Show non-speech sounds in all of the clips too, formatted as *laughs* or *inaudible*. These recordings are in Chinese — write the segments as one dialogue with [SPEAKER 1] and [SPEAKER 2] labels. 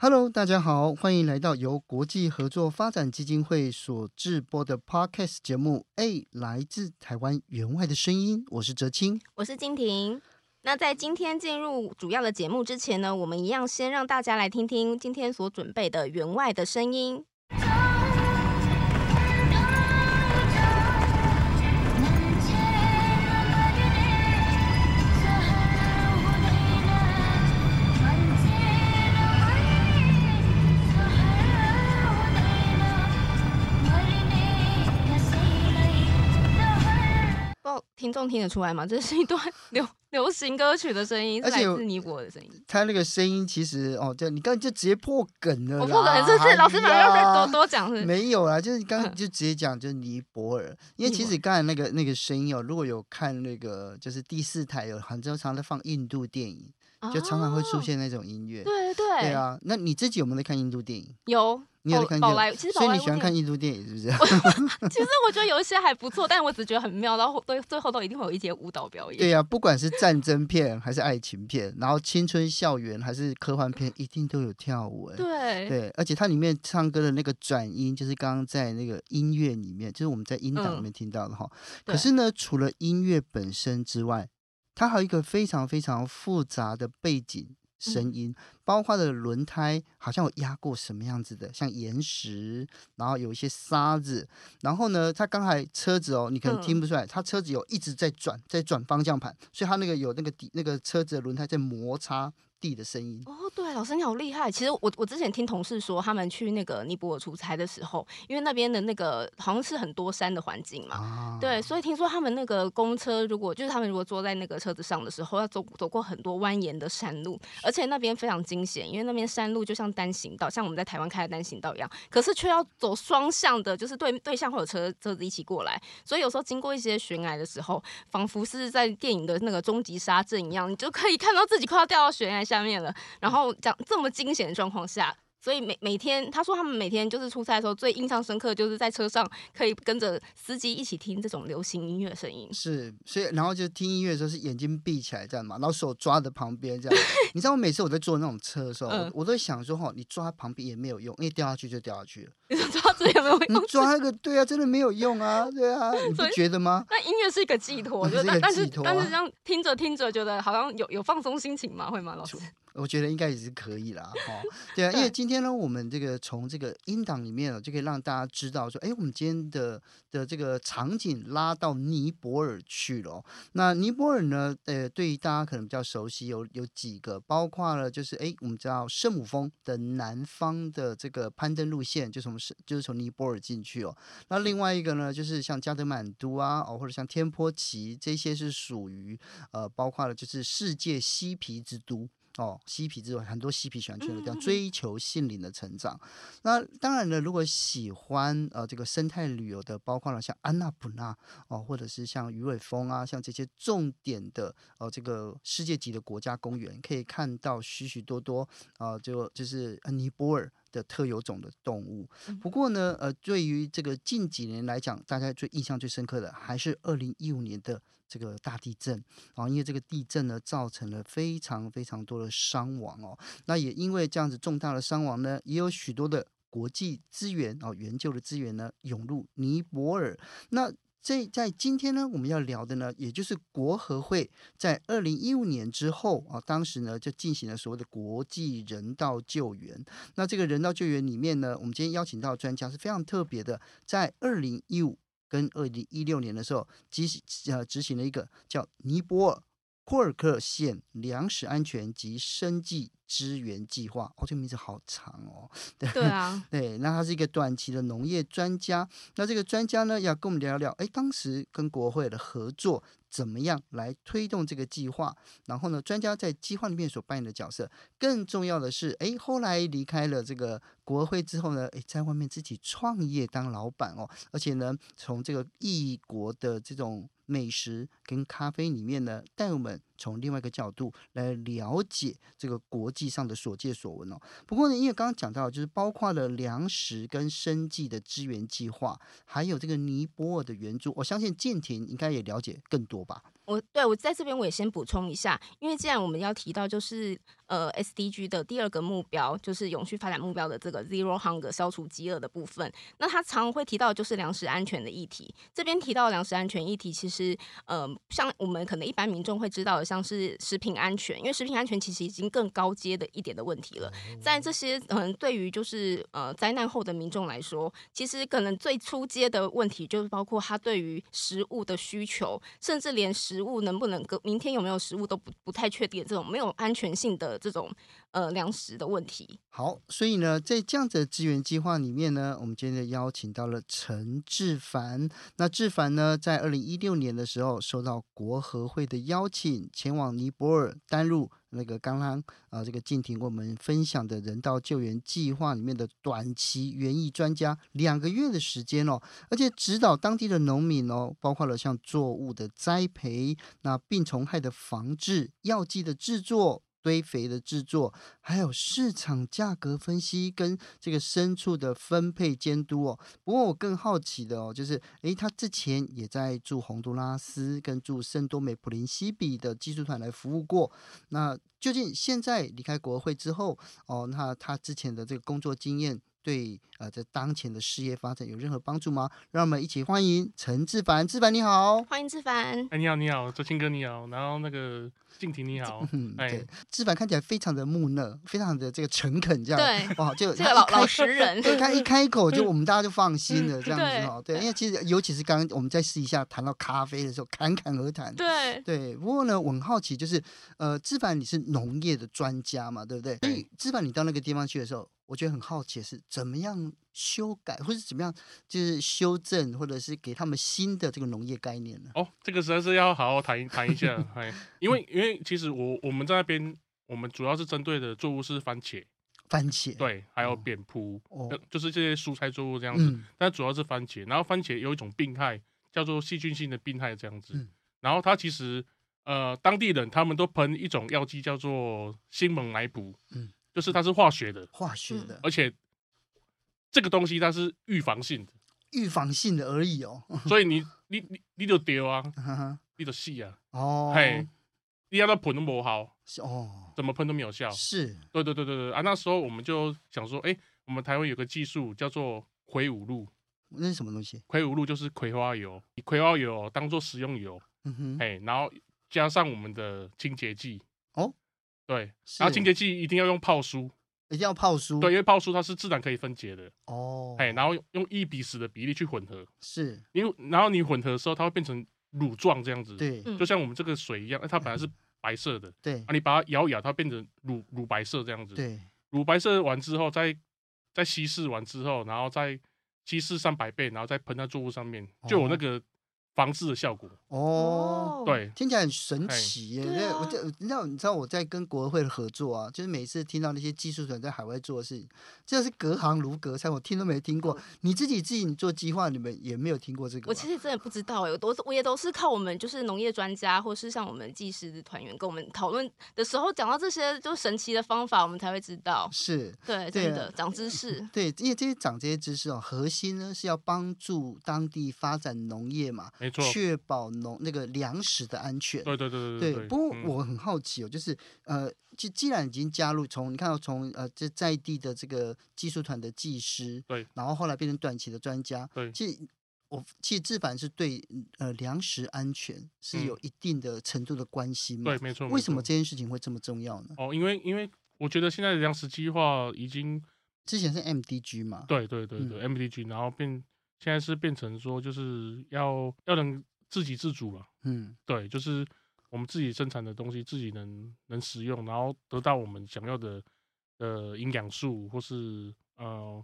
[SPEAKER 1] Hello，大家好，欢迎来到由国际合作发展基金会所制播的 Podcast 节目《哎，来自台湾员外的声音》，我是哲青。
[SPEAKER 2] 我是金婷。那在今天进入主要的节目之前呢，我们一样先让大家来听听今天所准备的员外的声音。不知道听众听得出来吗？这是一
[SPEAKER 1] *laughs*
[SPEAKER 2] 段流流行歌曲的声音，是
[SPEAKER 1] 而且
[SPEAKER 2] 来
[SPEAKER 1] 我
[SPEAKER 2] 自尼泊尔的声音。
[SPEAKER 1] 他那个声音其实哦，这你刚才就直接破梗了啦，
[SPEAKER 2] 我不可能是不是老师没有要再多
[SPEAKER 1] 多。
[SPEAKER 2] 多讲是不是？
[SPEAKER 1] 没有啦，就是刚刚就直接讲，就是尼泊
[SPEAKER 2] *laughs*
[SPEAKER 1] 尔，因为
[SPEAKER 2] 尼
[SPEAKER 1] 其
[SPEAKER 2] 泊
[SPEAKER 1] 实刚才那个那个声音哦，如果有看那个就是第四台有杭州常在放印度电影，就常常会出现那种音乐。
[SPEAKER 2] 哦。啊对对
[SPEAKER 1] 对，啊，那你自己有没有在看印度电影？
[SPEAKER 2] 有
[SPEAKER 1] 你有在
[SPEAKER 2] 宝
[SPEAKER 1] 看印
[SPEAKER 2] 宝
[SPEAKER 1] 度
[SPEAKER 2] 莱，其实宝
[SPEAKER 1] 所以
[SPEAKER 2] 莱
[SPEAKER 1] 你
[SPEAKER 2] 坞
[SPEAKER 1] 喜欢
[SPEAKER 2] 电
[SPEAKER 1] 看
[SPEAKER 2] 影。
[SPEAKER 1] 印度电影是不是？
[SPEAKER 2] 其实我觉得有一些还不错，但我只觉得很妙，然后最最后都一定会有一些舞蹈表演。
[SPEAKER 1] 对呀、不管是战争片还是爱情片，然后青春校园还是科幻片，一定都有跳舞、欸。
[SPEAKER 2] 对
[SPEAKER 1] 对，而且它里面唱歌的那个转音，就是刚刚在那个音乐里面，就是我们在音档里
[SPEAKER 2] 嗯
[SPEAKER 1] 面听到的哈。可
[SPEAKER 2] 对
[SPEAKER 1] 是呢，除了音乐本身之外，它还有一个非常非常复杂的背景
[SPEAKER 2] 嗯
[SPEAKER 1] 声音，包括它的轮胎好像有压过什么样子的，像岩石，然后有一些沙子，然后呢，它刚才车子哦，你可能听不
[SPEAKER 2] 嗯
[SPEAKER 1] 出来，它车子有一直在转，在转方向盘，所以它那个有那个底那个车子的轮胎在摩擦地的声音。
[SPEAKER 2] 哦，对，老师你好厉害。其实我我之前听同事说，他们去那个尼泊尔出差的时候，因为那边的那个好像是很多山的环境嘛，
[SPEAKER 1] 啊，
[SPEAKER 2] 对，所以听说他们那个公车，如果就是他们如果坐在那个车子上的时候，要走走过很多蜿蜒的山路，而且那边非常惊险，因为那边山路就像单行道，像我们在台湾开的单行道一样，可是却要走双向的，就是对对向会有车车子一起过来，所以有时候经过一些悬崖的时候，仿佛是在电影的那个终极杀阵一样，你就可以看到自己快要掉到悬崖下面了。
[SPEAKER 1] 嗯
[SPEAKER 2] 然后讲这么惊险的状况下。所以每每天，他说他们每天就是出差的时候，最印象深刻就是在车上可以跟着司机一起听这种流行音乐声音。 *laughs*
[SPEAKER 1] 是，所以然后就听音乐的时候是眼睛闭起来这样嘛，然后手抓着旁边这样。你知道我每次我在坐那种车的时候，我
[SPEAKER 2] 嗯
[SPEAKER 1] 我都会想说哈，你抓旁边也没有用，因为掉下去就掉下
[SPEAKER 2] *laughs*
[SPEAKER 1] 去了。
[SPEAKER 2] 你知道这有没有
[SPEAKER 1] 你
[SPEAKER 2] 用？
[SPEAKER 1] 抓那个，对啊，真的没有用啊，对啊，你不
[SPEAKER 2] 所以
[SPEAKER 1] 觉得吗？
[SPEAKER 2] *laughs* 那音乐是一个寄托，
[SPEAKER 1] 嗯
[SPEAKER 2] 就是
[SPEAKER 1] 一个
[SPEAKER 2] 但但是
[SPEAKER 1] 寄托啊
[SPEAKER 2] 但是这样听着听着，觉得好像有有放松心情吗？会吗，老师？
[SPEAKER 1] 我觉得应该也是可以啦，哈、对啊，因为
[SPEAKER 2] 对
[SPEAKER 1] 今天呢，我们这个从这个音档里面呢，啊就可以让大家知道说，哎，我们今天的的这个场景拉到尼泊尔去了哦、那尼泊尔呢，呃，对于大家可能比较熟悉，有有几个，包括了就是，哎，我们知道圣母峰的南方的这个攀登路线，就从是就是从尼泊尔进去哦。那另外一个呢，就是像加德满都啊，哦，或者像天坡旗，这些是属于呃，包括了就是世界嬉皮之都。哦，嬉皮之都很多嬉皮喜欢去的地
[SPEAKER 2] 嗯嗯
[SPEAKER 1] 方，
[SPEAKER 2] 嗯
[SPEAKER 1] 追求心灵的成长。那当然了，如果喜欢呃这个生态旅游的，包括了像安娜普纳哦，或者是像鱼尾峰啊，像这些重点的哦这个世界级的国家公园，可以看到许许多多啊、呃就就是呃尼泊尔的特有种的动物。
[SPEAKER 2] 嗯
[SPEAKER 1] 不过呢，呃，对于这个近几年来讲，大家最印象最深刻的还是二零一五年的这个大地震啊、因为这个地震呢，造成了非常非常多的伤亡哦。那也因为这样子重大的伤亡呢，也有许多的国际资源哦，援救的资源呢，涌入尼泊尔。那这在今天呢，我们要聊的呢，也就是国合会在二零一五年之后啊，当时呢就进行了所谓的国际人道救援。那这个人道救援里面呢，我们今天邀请到的专家是非常特别的，在二零一五跟二零一六年的时候，执行呃执行了一个叫尼泊尔库尔克县粮食安全及生计支援计划。哦，这个名字好长哦。
[SPEAKER 2] 对啊，
[SPEAKER 1] 对，那他是一个短期的农业专家。那这个专家呢，要跟我们聊聊，哎，当时跟国会的合作怎么样来推动这个计划？然后呢，专家在计划里面所扮演的角色，更重要的是，哎，后来离开了这个国会之后呢，哎，在外面自己创业当老板哦，而且呢，从这个异国的这种美食跟咖啡里面呢，带我们从另外一个角度来了解这个国际上的所见所闻哦。不过呢，因为刚刚讲到，就是包括了粮食跟生计的支援计划，还有这个尼泊尔的援助，我相信建廷应该也了解更多吧。
[SPEAKER 2] 我对我在这边我也先补充一下，因为既然我们要提到就是呃 SDG 的第二个目标，就是永续发展目标的这个 Zero Hunger 消除饥饿的部分，那它常会提到就是粮食安全的议题。这边提到粮食安全议题，其实呃像我们可能一般民众会知道的，像是食品安全，因为食品安全其实已经更高阶的一点的问题了。在这些嗯、呃对于就是呃灾难后的民众来说，其实可能最初阶的问题就是包括他对于食物的需求，甚至连食物能不能够明天有没有食物都不不太确定，这种没有安全性的这种呃粮食的问题。
[SPEAKER 1] 好，所以呢，在这样子的资源计划里面呢，我们今天邀请到了陈志凡。那志凡呢，在二零一六年的时候，受到国合会的邀请，前往尼泊尔担任那个刚刚啊、呃这个静婷为我们分享的人道救援计划里面的短期园艺专家，两个月的时间哦，而且指导当地的农民哦，包括了像作物的栽培、那病虫害的防治、药剂的制作。堆肥的制作，还有市场价格分析跟这个牲畜的分配监督哦。不过我更好奇的哦，就是诶，他之前也在驻洪都拉斯跟驻圣多美普林西比的技术团来服务过。那究竟现在离开国会之后哦，那他之前的这个工作经验对呃在当前的事业发展有任何帮助吗？让我们一起欢迎陈志凡，志凡你好。
[SPEAKER 2] 欢迎志凡，
[SPEAKER 3] 哎，你好，你好，周青哥你好，然后那个静婷你好，
[SPEAKER 1] 嗯，
[SPEAKER 3] 哎
[SPEAKER 1] 对，志凡看起来非常的木讷，非常的这个诚恳，这样
[SPEAKER 2] 对
[SPEAKER 1] 哇，就他
[SPEAKER 2] 这个
[SPEAKER 1] 一
[SPEAKER 2] 老
[SPEAKER 1] 开 *laughs*
[SPEAKER 2] 老实人，
[SPEAKER 1] 对他一开口
[SPEAKER 3] 嗯
[SPEAKER 1] 就我们大家就放心了，这样子哦。对，
[SPEAKER 2] 对
[SPEAKER 1] 因为其实尤其是刚刚我们在私底下谈到咖啡的时候，侃侃而谈。
[SPEAKER 2] 对。
[SPEAKER 1] 对，不过呢，我很好奇，就是呃，志凡你是农业的专家嘛，对不对？所以志凡你到那个地方去的时候，我觉得很好奇的是怎么样修改，或者怎么样就是修正，或者是给他们新的这个农业概念呢？
[SPEAKER 3] 哦，这个实在是要好好谈一谈一下，
[SPEAKER 1] *laughs*
[SPEAKER 3] 哎，因为因为其实我我们在那边，我们主要是针对的作物是番茄，
[SPEAKER 1] 番茄，，
[SPEAKER 3] 对，还有
[SPEAKER 1] 哦
[SPEAKER 3] 扁铺，
[SPEAKER 1] 哦
[SPEAKER 3] 呃，就是这些蔬菜作物这样子，
[SPEAKER 1] 嗯，
[SPEAKER 3] 但主要是番茄，然后番茄有一种病害叫做细菌性的病害这样子
[SPEAKER 1] 嗯，
[SPEAKER 3] 然后它其实呃当地人他们都喷一种药剂叫做新蒙莱补
[SPEAKER 1] 嗯，
[SPEAKER 3] 就是它是化学的，
[SPEAKER 1] 化学
[SPEAKER 2] 嗯
[SPEAKER 1] 的、
[SPEAKER 3] 而且这个东西它是预防性的。
[SPEAKER 1] 预防性的而已哦。 *laughs*
[SPEAKER 3] *laughs* 所以你你你你就丢啊，
[SPEAKER 1] 哈
[SPEAKER 3] 你就死啊，
[SPEAKER 1] 哦，
[SPEAKER 3] 嘿，你要他喷都没好，
[SPEAKER 1] 是哦，
[SPEAKER 3] 怎么喷都没有效。
[SPEAKER 1] 是，
[SPEAKER 3] 对对对对对啊！那时候我们就想说，哎、我们台湾有个技术叫做葵五露，
[SPEAKER 1] 那是什么东西？
[SPEAKER 3] 葵五露就是葵花油，以葵花油当做食用油，
[SPEAKER 1] 嗯哼，
[SPEAKER 3] 哎、然后加上我们的清洁剂。
[SPEAKER 1] 哦，
[SPEAKER 3] 对，
[SPEAKER 1] 是
[SPEAKER 3] 然后清洁剂一定要用泡苏，
[SPEAKER 1] 一定要泡书，
[SPEAKER 3] 对，因为泡苏它是自然可以分解的，
[SPEAKER 1] 哦，
[SPEAKER 3] 哎、然后用一比十的比例去混合，
[SPEAKER 1] 是，
[SPEAKER 3] 因为然后你混合的时候，它会变成乳状这样子。
[SPEAKER 1] 对
[SPEAKER 2] 嗯
[SPEAKER 3] 就像我们这个水一样，哎它本来
[SPEAKER 1] 嗯
[SPEAKER 3] 是白色的，
[SPEAKER 1] 对
[SPEAKER 3] 啊，你把它摇一摇，它变成乳乳白色这样子。，
[SPEAKER 1] 对，
[SPEAKER 3] 乳白色完之后，再再稀释完之后，然后再稀释上百倍，然后再喷在作物上面，就有那
[SPEAKER 1] 哦
[SPEAKER 3] 个防治的效果。
[SPEAKER 1] 哦。，
[SPEAKER 3] 对，
[SPEAKER 1] 听起来很神
[SPEAKER 3] 哎
[SPEAKER 1] 奇耶！
[SPEAKER 2] 对
[SPEAKER 1] 那
[SPEAKER 2] 啊
[SPEAKER 1] 我这你知道，你知道我在跟国会的合作啊，就是每次听到那些技术者在海外做的事情，真的是隔行如隔山，我听都没听过。你自己自己你做计划，你们也没有听过这个吧？
[SPEAKER 2] 哦我其实真的不知道哎、我都是我也都是靠我们就是农业专家，或是像我们技师团员跟我们讨论的时候，讲到这些就神奇的方法，我们才会知道。
[SPEAKER 1] 是
[SPEAKER 2] 对，
[SPEAKER 1] 对
[SPEAKER 2] 真
[SPEAKER 1] 啊
[SPEAKER 2] 的长知识。
[SPEAKER 1] 对，因为这些长这些知识哦，核心呢是要帮助当地发展农业嘛，
[SPEAKER 3] 没错。
[SPEAKER 1] 确保农那个粮食的安全。
[SPEAKER 3] 对对对
[SPEAKER 1] 对
[SPEAKER 3] 对，
[SPEAKER 1] 不过
[SPEAKER 3] 嗯
[SPEAKER 1] 我很好奇哦，就是呃，既既然已经加入从你看到从呃这在地的这个技术团的技师，
[SPEAKER 3] 对，
[SPEAKER 1] 然后后来变成短期的专家，
[SPEAKER 3] 对
[SPEAKER 1] 其实我其实志凡是对呃粮食安全是
[SPEAKER 3] 嗯
[SPEAKER 1] 有一定的程度的关心嘛
[SPEAKER 3] 对，，没错。没
[SPEAKER 1] 为什么
[SPEAKER 3] 错
[SPEAKER 1] 这件事情会这么重要呢？
[SPEAKER 3] 哦，因为因为我觉得现在的粮食计划已经
[SPEAKER 1] 之前是 MDG 嘛，
[SPEAKER 3] 对对对
[SPEAKER 1] 嗯
[SPEAKER 3] 对 MDG，然后变现在是变成说就是要要能自给自足了。
[SPEAKER 1] 嗯，
[SPEAKER 3] 对，就是我们自己生产的东西，自己能能食用，然后得到我们想要的呃营养素，或是呃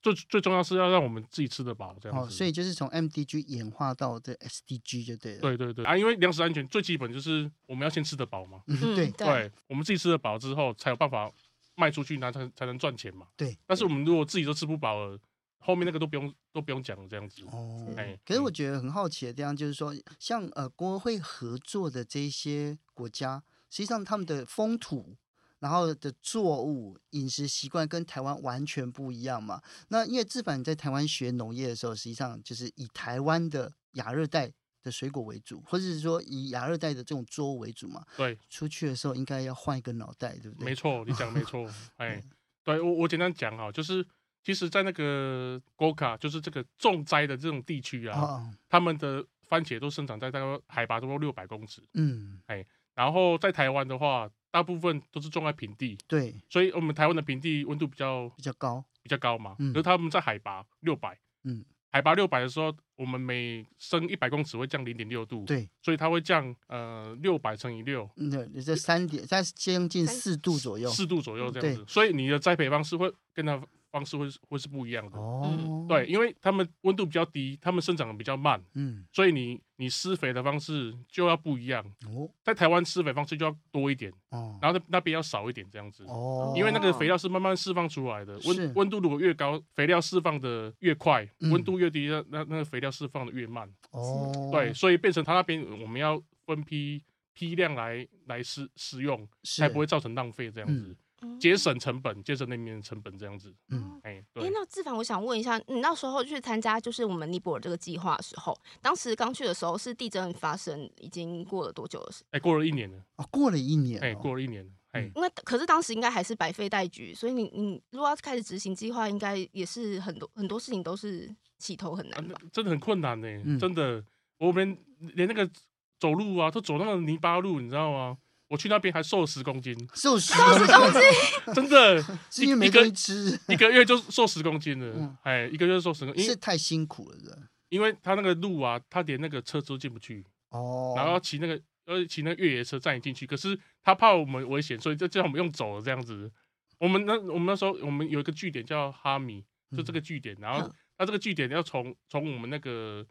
[SPEAKER 3] 最最重要是要让我们自己吃得饱这样子。
[SPEAKER 1] 哦，所以就是从 MDG 演化到这 SDG 就对了。
[SPEAKER 3] 对对对啊，因为粮食安全最基本就是我们要先吃得饱嘛。
[SPEAKER 1] 嗯，对，
[SPEAKER 2] 对，
[SPEAKER 3] 我们自己吃得饱之后，才有办法卖出去，那才才能赚钱嘛。
[SPEAKER 1] 对。
[SPEAKER 3] 但是我们如果自己都吃不饱了，后面那个都不用都不用讲了，这样子。
[SPEAKER 1] 哦
[SPEAKER 3] 哎，
[SPEAKER 1] 可是
[SPEAKER 3] 嗯
[SPEAKER 1] 我觉得很好奇的地方就是说，像呃国会合作的这一些国家，实际上他们的风土。然后的作物、饮食习惯跟台湾完全不一样嘛。那因为志凡在台湾学农业的时候，实际上就是以台湾的亚热带的水果为主，或者是说以亚热带的这种作物为主嘛。
[SPEAKER 3] 对，
[SPEAKER 1] 出去的时候应该要换一个脑袋，对不对？
[SPEAKER 3] 没错，你讲没
[SPEAKER 1] *laughs*
[SPEAKER 3] 错。哎，对我我简单讲哈，就是其实，在那个 Goka，就是这个重灾的这种地区啊，
[SPEAKER 1] 哦，
[SPEAKER 3] 他们的番茄都生长在大概海拔差不多六百公尺，
[SPEAKER 1] 嗯，
[SPEAKER 3] 然后在台湾的话，大部分都是种在平地，
[SPEAKER 1] 对，
[SPEAKER 3] 所以我们台湾的平地温度比较
[SPEAKER 1] 比较高，
[SPEAKER 3] 比较高嘛，
[SPEAKER 1] 嗯
[SPEAKER 3] 可是他们在海拔六百，
[SPEAKER 1] 嗯，
[SPEAKER 3] 海拔六百的时候，我们每升一百公尺会降零点六度，，
[SPEAKER 1] 对，所
[SPEAKER 3] 所以它会降呃六百乘以六
[SPEAKER 1] 嗯，这三点，在将近
[SPEAKER 2] 三
[SPEAKER 1] 四度左右。
[SPEAKER 3] 四度左右
[SPEAKER 1] 嗯
[SPEAKER 3] 这
[SPEAKER 1] 对
[SPEAKER 3] 样子，所以你的栽培方式会跟它方式会是会是不一样的，
[SPEAKER 1] 哦，
[SPEAKER 3] 嗯对，，因为它们温度比较低，它们生长的比较慢，
[SPEAKER 1] 嗯，
[SPEAKER 3] 所以你你施肥的方式就要不一样，
[SPEAKER 1] 哦，
[SPEAKER 3] 在台湾施肥方式就要多一点，
[SPEAKER 1] 哦，
[SPEAKER 3] 然后那那边要少一点这样子。
[SPEAKER 1] 哦，
[SPEAKER 3] 因为那个肥料是慢慢释放出来的，
[SPEAKER 1] 是
[SPEAKER 3] 温温度如果越高，肥料释放的越快，
[SPEAKER 1] 嗯
[SPEAKER 3] 温度越低，那那那个肥料释放的越慢。
[SPEAKER 1] 哦，
[SPEAKER 3] 对，，所以变成它那边我们要分批批量来来施施用，
[SPEAKER 1] 是
[SPEAKER 3] 才不会造成浪费这样子，
[SPEAKER 2] 嗯
[SPEAKER 3] 节省成本，节省那边的成本这样子。
[SPEAKER 1] 嗯，
[SPEAKER 3] 哎，
[SPEAKER 2] 哎，
[SPEAKER 3] 对，
[SPEAKER 2] 那志凡，我想问一下，你那时候去参加就是我们尼泊尔这个计划的时候，当时刚去的时候是地震发生已经过了多久的事？
[SPEAKER 3] 哎，过了一年了，
[SPEAKER 1] 哦，过了一年，
[SPEAKER 3] 哎，，过了一年了，哎
[SPEAKER 1] 嗯，
[SPEAKER 2] 因为可是当时应该还是百废待举，所以你你如果要开始执行计划，应该也是很多很多事情都是起头很
[SPEAKER 3] 啊
[SPEAKER 2] 难
[SPEAKER 3] 那
[SPEAKER 2] 吧？
[SPEAKER 3] 真的很困难呢、
[SPEAKER 1] 嗯
[SPEAKER 3] 真的，我们连那个走路啊，都走那个泥巴路，你知道吗？我去那边还瘦了十公
[SPEAKER 1] *laughs*
[SPEAKER 3] 斤，
[SPEAKER 1] 瘦十公斤，
[SPEAKER 3] 真的。
[SPEAKER 1] *laughs* 是因为
[SPEAKER 3] 一
[SPEAKER 1] 没
[SPEAKER 3] 个
[SPEAKER 1] 东西吃，
[SPEAKER 3] *laughs* 一个月就瘦十公斤了
[SPEAKER 1] 嗯，
[SPEAKER 3] 哎、一个月就瘦十公斤，因
[SPEAKER 1] 是
[SPEAKER 3] 为
[SPEAKER 1] 太辛苦了的。
[SPEAKER 3] 因为他那个路啊，他连那个车子都进不去，
[SPEAKER 1] 哦，
[SPEAKER 3] 然后骑那个呃骑那个越野车载你进去，可是他怕我们危险，所以就叫我们用走的这样子。我们那我们那时候我们有一个据点叫哈米，
[SPEAKER 1] 嗯
[SPEAKER 3] 就这个据点，然后
[SPEAKER 2] 嗯
[SPEAKER 3] 他这个据点要从从我们那个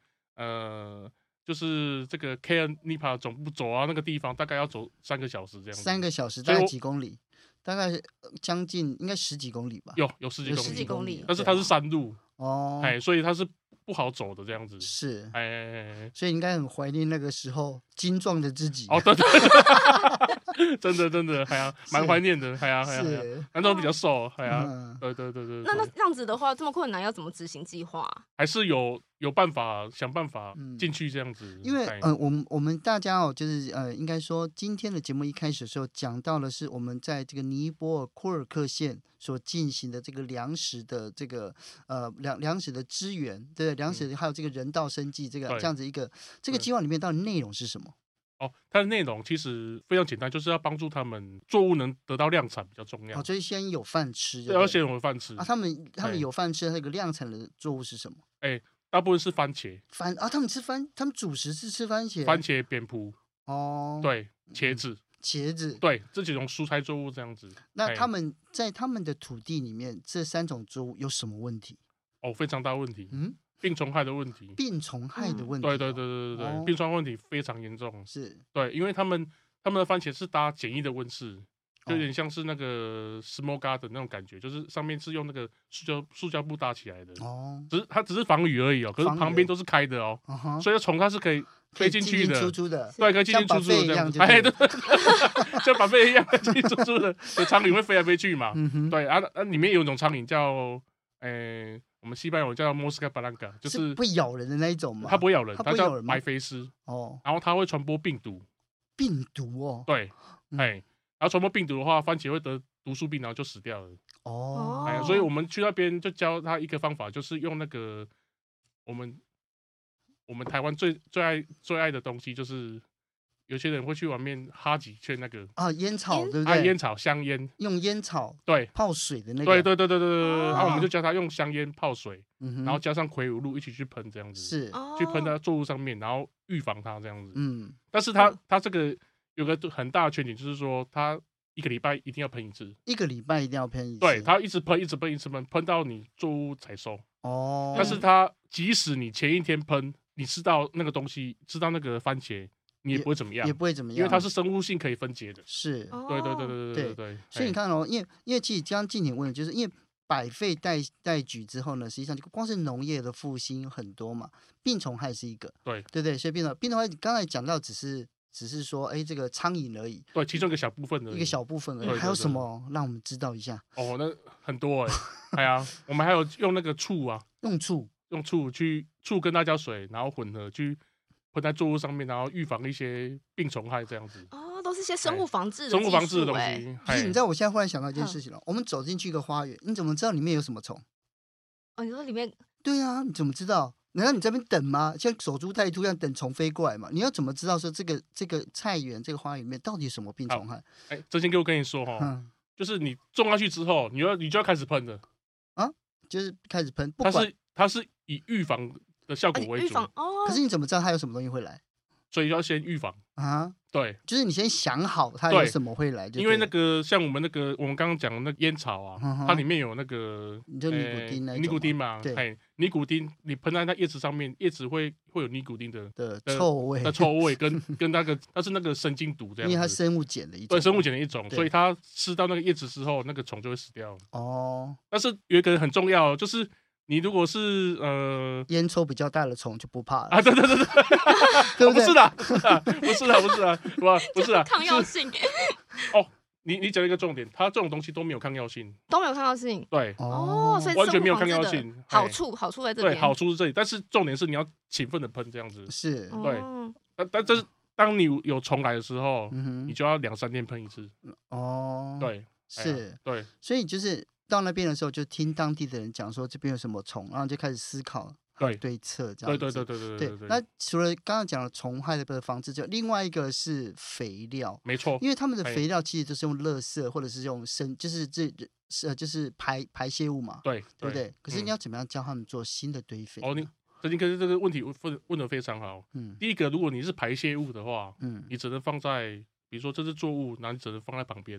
[SPEAKER 3] 呃就是这个 K N Nipa 总部走到那个地方，大概要走三个小时这样子，
[SPEAKER 1] 三个小时，大
[SPEAKER 3] 所以
[SPEAKER 1] 概
[SPEAKER 3] 我
[SPEAKER 1] 几公里？大概呃将近应该十几公里吧，
[SPEAKER 3] 有有十几
[SPEAKER 1] 有
[SPEAKER 3] 公
[SPEAKER 1] 十
[SPEAKER 2] 几
[SPEAKER 3] 里，
[SPEAKER 2] 公里
[SPEAKER 3] 但是
[SPEAKER 1] 对啊
[SPEAKER 3] 它是山路，
[SPEAKER 1] 哦，
[SPEAKER 3] 哎，所以它是不好走的这样子，
[SPEAKER 1] 是，
[SPEAKER 3] 哎哎哎
[SPEAKER 1] *laughs*
[SPEAKER 3] 哎
[SPEAKER 1] 所以应该很怀念那个时候精壮的自己。
[SPEAKER 3] 哦，
[SPEAKER 1] *laughs*
[SPEAKER 3] 对对， *laughs* 真的真的，还啊，蛮
[SPEAKER 1] 是
[SPEAKER 3] 怀念的，还啊还啊，还啊
[SPEAKER 1] 是，
[SPEAKER 3] 难道比较瘦，还啊，
[SPEAKER 1] 嗯，
[SPEAKER 3] 对对对对，
[SPEAKER 2] 那那
[SPEAKER 3] 对
[SPEAKER 2] 这样子的话，这么困难要怎么执行计划啊、
[SPEAKER 3] 还是有有办法，想办法
[SPEAKER 1] 嗯
[SPEAKER 3] 进去这样子，
[SPEAKER 1] 因为
[SPEAKER 3] 哎
[SPEAKER 1] 呃，我们我们大家哦，就是呃，应该说今天的节目一开始的时候讲到的是我们在这个尼泊尔库尔克县所进行的这个粮食的这个呃粮粮食的资源，对不对粮食还有这个人道生计这个
[SPEAKER 3] 嗯对
[SPEAKER 1] 这样子一个这个
[SPEAKER 3] 对
[SPEAKER 1] 计划里面到底内容是什么？
[SPEAKER 3] 哦，它的内容其实非常简单，就是要帮助他们作物能得到量产比较重要
[SPEAKER 1] 哦，，所以先有饭吃，
[SPEAKER 3] 对，要
[SPEAKER 1] 对
[SPEAKER 3] 先有饭吃
[SPEAKER 1] 啊，，他们他们
[SPEAKER 3] 哎
[SPEAKER 1] 有饭吃，那个量产的作物是什么？
[SPEAKER 3] 大部分是番茄，
[SPEAKER 1] 番啊，他们吃番，他们主食是吃番茄，
[SPEAKER 3] 番茄、扁葡，
[SPEAKER 1] 哦，，嗯
[SPEAKER 3] 对，茄子，
[SPEAKER 1] 茄子，
[SPEAKER 3] 对，这几种蔬菜作物这样子，
[SPEAKER 1] 那
[SPEAKER 3] 哎
[SPEAKER 1] 他们在他们的土地里面，这三种作物有什么问题？
[SPEAKER 3] 哦，非常大问题，
[SPEAKER 1] 嗯，
[SPEAKER 3] 病虫害的问题，
[SPEAKER 1] 病虫害的
[SPEAKER 2] 嗯
[SPEAKER 1] 问题、
[SPEAKER 3] 对对对，对对
[SPEAKER 1] 哦
[SPEAKER 3] 对，病虫害问题非常严重，
[SPEAKER 1] 是
[SPEAKER 3] 对，因为他们他们的番茄是搭简易的温室，
[SPEAKER 1] 哦
[SPEAKER 3] 就有点像是那个 small garden 那种感觉，就是上面是用那个塑胶塑胶布搭起来的，
[SPEAKER 1] 哦，
[SPEAKER 3] 只是它只是防雨而已哦，可是
[SPEAKER 1] 防雨
[SPEAKER 3] 旁边都是开的哦，
[SPEAKER 1] 啊哈，
[SPEAKER 3] 所以虫它是可以
[SPEAKER 1] 可以
[SPEAKER 3] 飞进
[SPEAKER 1] 进
[SPEAKER 3] 去
[SPEAKER 1] 出
[SPEAKER 3] 的。
[SPEAKER 1] 出的，
[SPEAKER 3] 对，可以进
[SPEAKER 1] 像
[SPEAKER 3] 进出出
[SPEAKER 1] buffet
[SPEAKER 3] 的
[SPEAKER 1] 一
[SPEAKER 3] 这
[SPEAKER 1] 样
[SPEAKER 3] 样
[SPEAKER 1] 就
[SPEAKER 3] 子，
[SPEAKER 1] 对
[SPEAKER 3] 哎，
[SPEAKER 1] 了
[SPEAKER 3] 对，像把贝一样进进出出的，对，苍蝇会飞来飞去嘛。
[SPEAKER 1] 嗯哼，
[SPEAKER 3] 对啊，那、啊、里面有一种苍蝇叫，诶、我们西班牙文叫 mosca blanca，就是是
[SPEAKER 1] 会咬人的那一种吗？
[SPEAKER 3] 它不会咬人，
[SPEAKER 1] 它
[SPEAKER 3] 它
[SPEAKER 1] 不会咬
[SPEAKER 3] 叫
[SPEAKER 1] 人吗
[SPEAKER 3] 白飞狮，
[SPEAKER 1] 哦，
[SPEAKER 3] 然后它会传播病毒。
[SPEAKER 1] 病毒哦，
[SPEAKER 3] 对，
[SPEAKER 1] 嗯
[SPEAKER 3] 哎、然后传播病毒的话，番茄会得毒素病，然后就死掉了。
[SPEAKER 1] 哦，
[SPEAKER 3] 哎、
[SPEAKER 2] 哦
[SPEAKER 3] 所以我们去那边就教他一个方法，就是用那个我们我们台湾最最爱最爱的东西，就是有些人会去外面哈几圈那个
[SPEAKER 1] 啊，烟草对不
[SPEAKER 3] 啊
[SPEAKER 1] 对？
[SPEAKER 3] 烟草香烟，
[SPEAKER 1] 用烟草
[SPEAKER 3] 对。
[SPEAKER 1] 泡水的那个，
[SPEAKER 3] 对，对对对对对对，然后
[SPEAKER 2] 哦
[SPEAKER 3] 我们就教他用香烟泡水，
[SPEAKER 1] 嗯哼，
[SPEAKER 3] 然后加上葵乳露一起去喷这样子，
[SPEAKER 1] 是，
[SPEAKER 2] 哦
[SPEAKER 3] 去喷在作物上面，然后预防它这样子。
[SPEAKER 1] 嗯，
[SPEAKER 3] 但是它
[SPEAKER 2] 嗯
[SPEAKER 3] 它这个有个很大的缺点就是说，它一个礼拜一定要喷一次，
[SPEAKER 1] 一个礼拜一定要喷一次。
[SPEAKER 3] 对，它一直喷，一直喷，一直喷，喷到你作物采收。
[SPEAKER 1] 哦，
[SPEAKER 3] 但是它即使你前一天喷，你吃到那个东西，吃到那个番茄，你也不会怎么样
[SPEAKER 1] 也，不会怎么样，
[SPEAKER 3] 因为它是生物性可以分解的。
[SPEAKER 1] 是
[SPEAKER 3] 对对对
[SPEAKER 2] 哦
[SPEAKER 3] 对
[SPEAKER 1] 对
[SPEAKER 3] 对对对。
[SPEAKER 1] 所以你
[SPEAKER 3] 嘿，
[SPEAKER 1] 看哦，因为因为其实刚刚静姐问的就是，因为百废待待举之后呢，实际上就光是农业的复兴很多嘛，病虫害是一个，
[SPEAKER 3] 对
[SPEAKER 1] 对不对？所以病虫病虫害刚才讲到只是只是说，哎，这个苍蝇而已，
[SPEAKER 3] 对其中一个小部分的
[SPEAKER 1] 一个小部分而
[SPEAKER 3] 对
[SPEAKER 1] 已，
[SPEAKER 3] 对
[SPEAKER 1] 还有
[SPEAKER 3] 对
[SPEAKER 1] 什么让我们知道一下？
[SPEAKER 3] 哦，那很
[SPEAKER 1] *laughs*
[SPEAKER 3] 多哎、哎呀，我们还有用那个醋啊，
[SPEAKER 1] 用处
[SPEAKER 3] 用醋去醋跟辣椒水，然后混合去喷在作物上面，然后预防一些病虫害这样子，
[SPEAKER 2] 哦，都是一些生物防治的
[SPEAKER 3] 哎生物防
[SPEAKER 2] 技术
[SPEAKER 3] 治的东
[SPEAKER 2] 哎
[SPEAKER 3] 西。
[SPEAKER 1] 不是，
[SPEAKER 3] 嘿
[SPEAKER 1] 欸 *laughs* 你知道我现在忽然想到一件
[SPEAKER 2] 嗯
[SPEAKER 1] 事情了，我们走进去一个花园，你怎么知道里面有什么虫？
[SPEAKER 2] 哦，你说里面
[SPEAKER 1] 对啊，你怎么知道？难道你在那边等吗？像守株待兔一样等虫飞过来嘛？你要怎么知道说这个这个菜园这个花园里面到底有什么病
[SPEAKER 3] 好
[SPEAKER 1] 虫害？
[SPEAKER 3] 哎，真心哥我跟你说哈，
[SPEAKER 1] 嗯，
[SPEAKER 3] 就是你种下去之后，你要你就要开始喷了，
[SPEAKER 1] 就是开始喷，不
[SPEAKER 3] 它
[SPEAKER 1] 管
[SPEAKER 3] 是它是以预防的效
[SPEAKER 2] 啊
[SPEAKER 3] 果
[SPEAKER 2] 你
[SPEAKER 3] 为
[SPEAKER 2] 预
[SPEAKER 3] 主，
[SPEAKER 2] 防哦
[SPEAKER 1] 可，是你怎么知道它有什么东西会来
[SPEAKER 3] 所以要先预防。
[SPEAKER 1] 啊？
[SPEAKER 3] 对，
[SPEAKER 1] 就是你先想好它有
[SPEAKER 3] 对
[SPEAKER 1] 什么会来就对了，
[SPEAKER 3] 因为那个像我们那个我们刚刚讲的那个烟草啊
[SPEAKER 1] 嗯哼，
[SPEAKER 3] 它里面有那个
[SPEAKER 1] 你就尼古丁那
[SPEAKER 3] 呃
[SPEAKER 1] 一种
[SPEAKER 3] 尼古丁
[SPEAKER 1] 嘛
[SPEAKER 3] 嘛
[SPEAKER 1] 对，
[SPEAKER 3] 哎，尼古丁你喷在那叶子上面，叶子会会有尼古丁的
[SPEAKER 1] *laughs* 的
[SPEAKER 3] 呃
[SPEAKER 1] 臭味，
[SPEAKER 3] 那臭味
[SPEAKER 1] *laughs*
[SPEAKER 3] 跟跟那个它是那个神经毒这
[SPEAKER 1] 因为它
[SPEAKER 3] 样
[SPEAKER 1] 是
[SPEAKER 3] 子。
[SPEAKER 1] 生物碱的一种，
[SPEAKER 3] 对生物碱的一种，
[SPEAKER 1] 对
[SPEAKER 3] 所以它吃到那个叶子之后，那个虫就会死掉。
[SPEAKER 1] 哦，
[SPEAKER 3] 但是有一个很重要，哦就是你如果是呃
[SPEAKER 1] 烟抽比较大的虫就不怕了，
[SPEAKER 3] 啊，对对对对，
[SPEAKER 1] *laughs* 对
[SPEAKER 3] 哦不
[SPEAKER 1] 对？
[SPEAKER 3] 是的， *laughs* 不是的，不是的，不是的，
[SPEAKER 1] *laughs*
[SPEAKER 3] 不不是
[SPEAKER 2] *laughs*
[SPEAKER 3] 的，
[SPEAKER 2] 抗药性
[SPEAKER 3] 你你讲了一个重点，它这种东西都没有抗药性，
[SPEAKER 2] 都没有抗药性
[SPEAKER 3] 对
[SPEAKER 2] 哦，所以
[SPEAKER 3] 完全
[SPEAKER 2] 生物
[SPEAKER 3] 没有
[SPEAKER 2] 防
[SPEAKER 3] 抗
[SPEAKER 2] 治
[SPEAKER 3] 药
[SPEAKER 2] 的
[SPEAKER 3] 性
[SPEAKER 2] 好
[SPEAKER 3] 嘿
[SPEAKER 2] 处好处在这
[SPEAKER 3] 对，
[SPEAKER 2] 边，
[SPEAKER 3] 好处是这里，但是重点是你要勤奋的喷这样子。
[SPEAKER 1] 是，
[SPEAKER 3] 对
[SPEAKER 2] 哦
[SPEAKER 3] 但但这是当你有虫来的时候，你
[SPEAKER 1] 嗯
[SPEAKER 3] 就要两三天喷一次，
[SPEAKER 1] 哼，哦，，
[SPEAKER 3] 对哎呀
[SPEAKER 1] 是，
[SPEAKER 3] 对
[SPEAKER 1] 所以就是到那边的时候就听当地的人讲说这边有什么虫，然后就开始思考
[SPEAKER 3] 对
[SPEAKER 1] 对策这样
[SPEAKER 3] 对
[SPEAKER 1] 子，
[SPEAKER 3] 对对对对对对，
[SPEAKER 1] 那除了刚刚讲的虫害的防治之外，另外一个是肥料，
[SPEAKER 3] 没错，
[SPEAKER 1] 因为他们的
[SPEAKER 3] 哎
[SPEAKER 1] 肥料其实都是用垃圾或者是用生，就是这是呃就是排排泄物嘛，
[SPEAKER 3] 对
[SPEAKER 1] 对不对？可是
[SPEAKER 3] 嗯
[SPEAKER 1] 你要怎么样教他们做新的堆肥呢？
[SPEAKER 3] 哦，你曾经跟这个问题问问的非常好。
[SPEAKER 1] 嗯
[SPEAKER 3] 第一个，如果你是排泄物的话，
[SPEAKER 1] 嗯
[SPEAKER 3] 你只能放在，比如说这是作物，然后你只能放在旁边，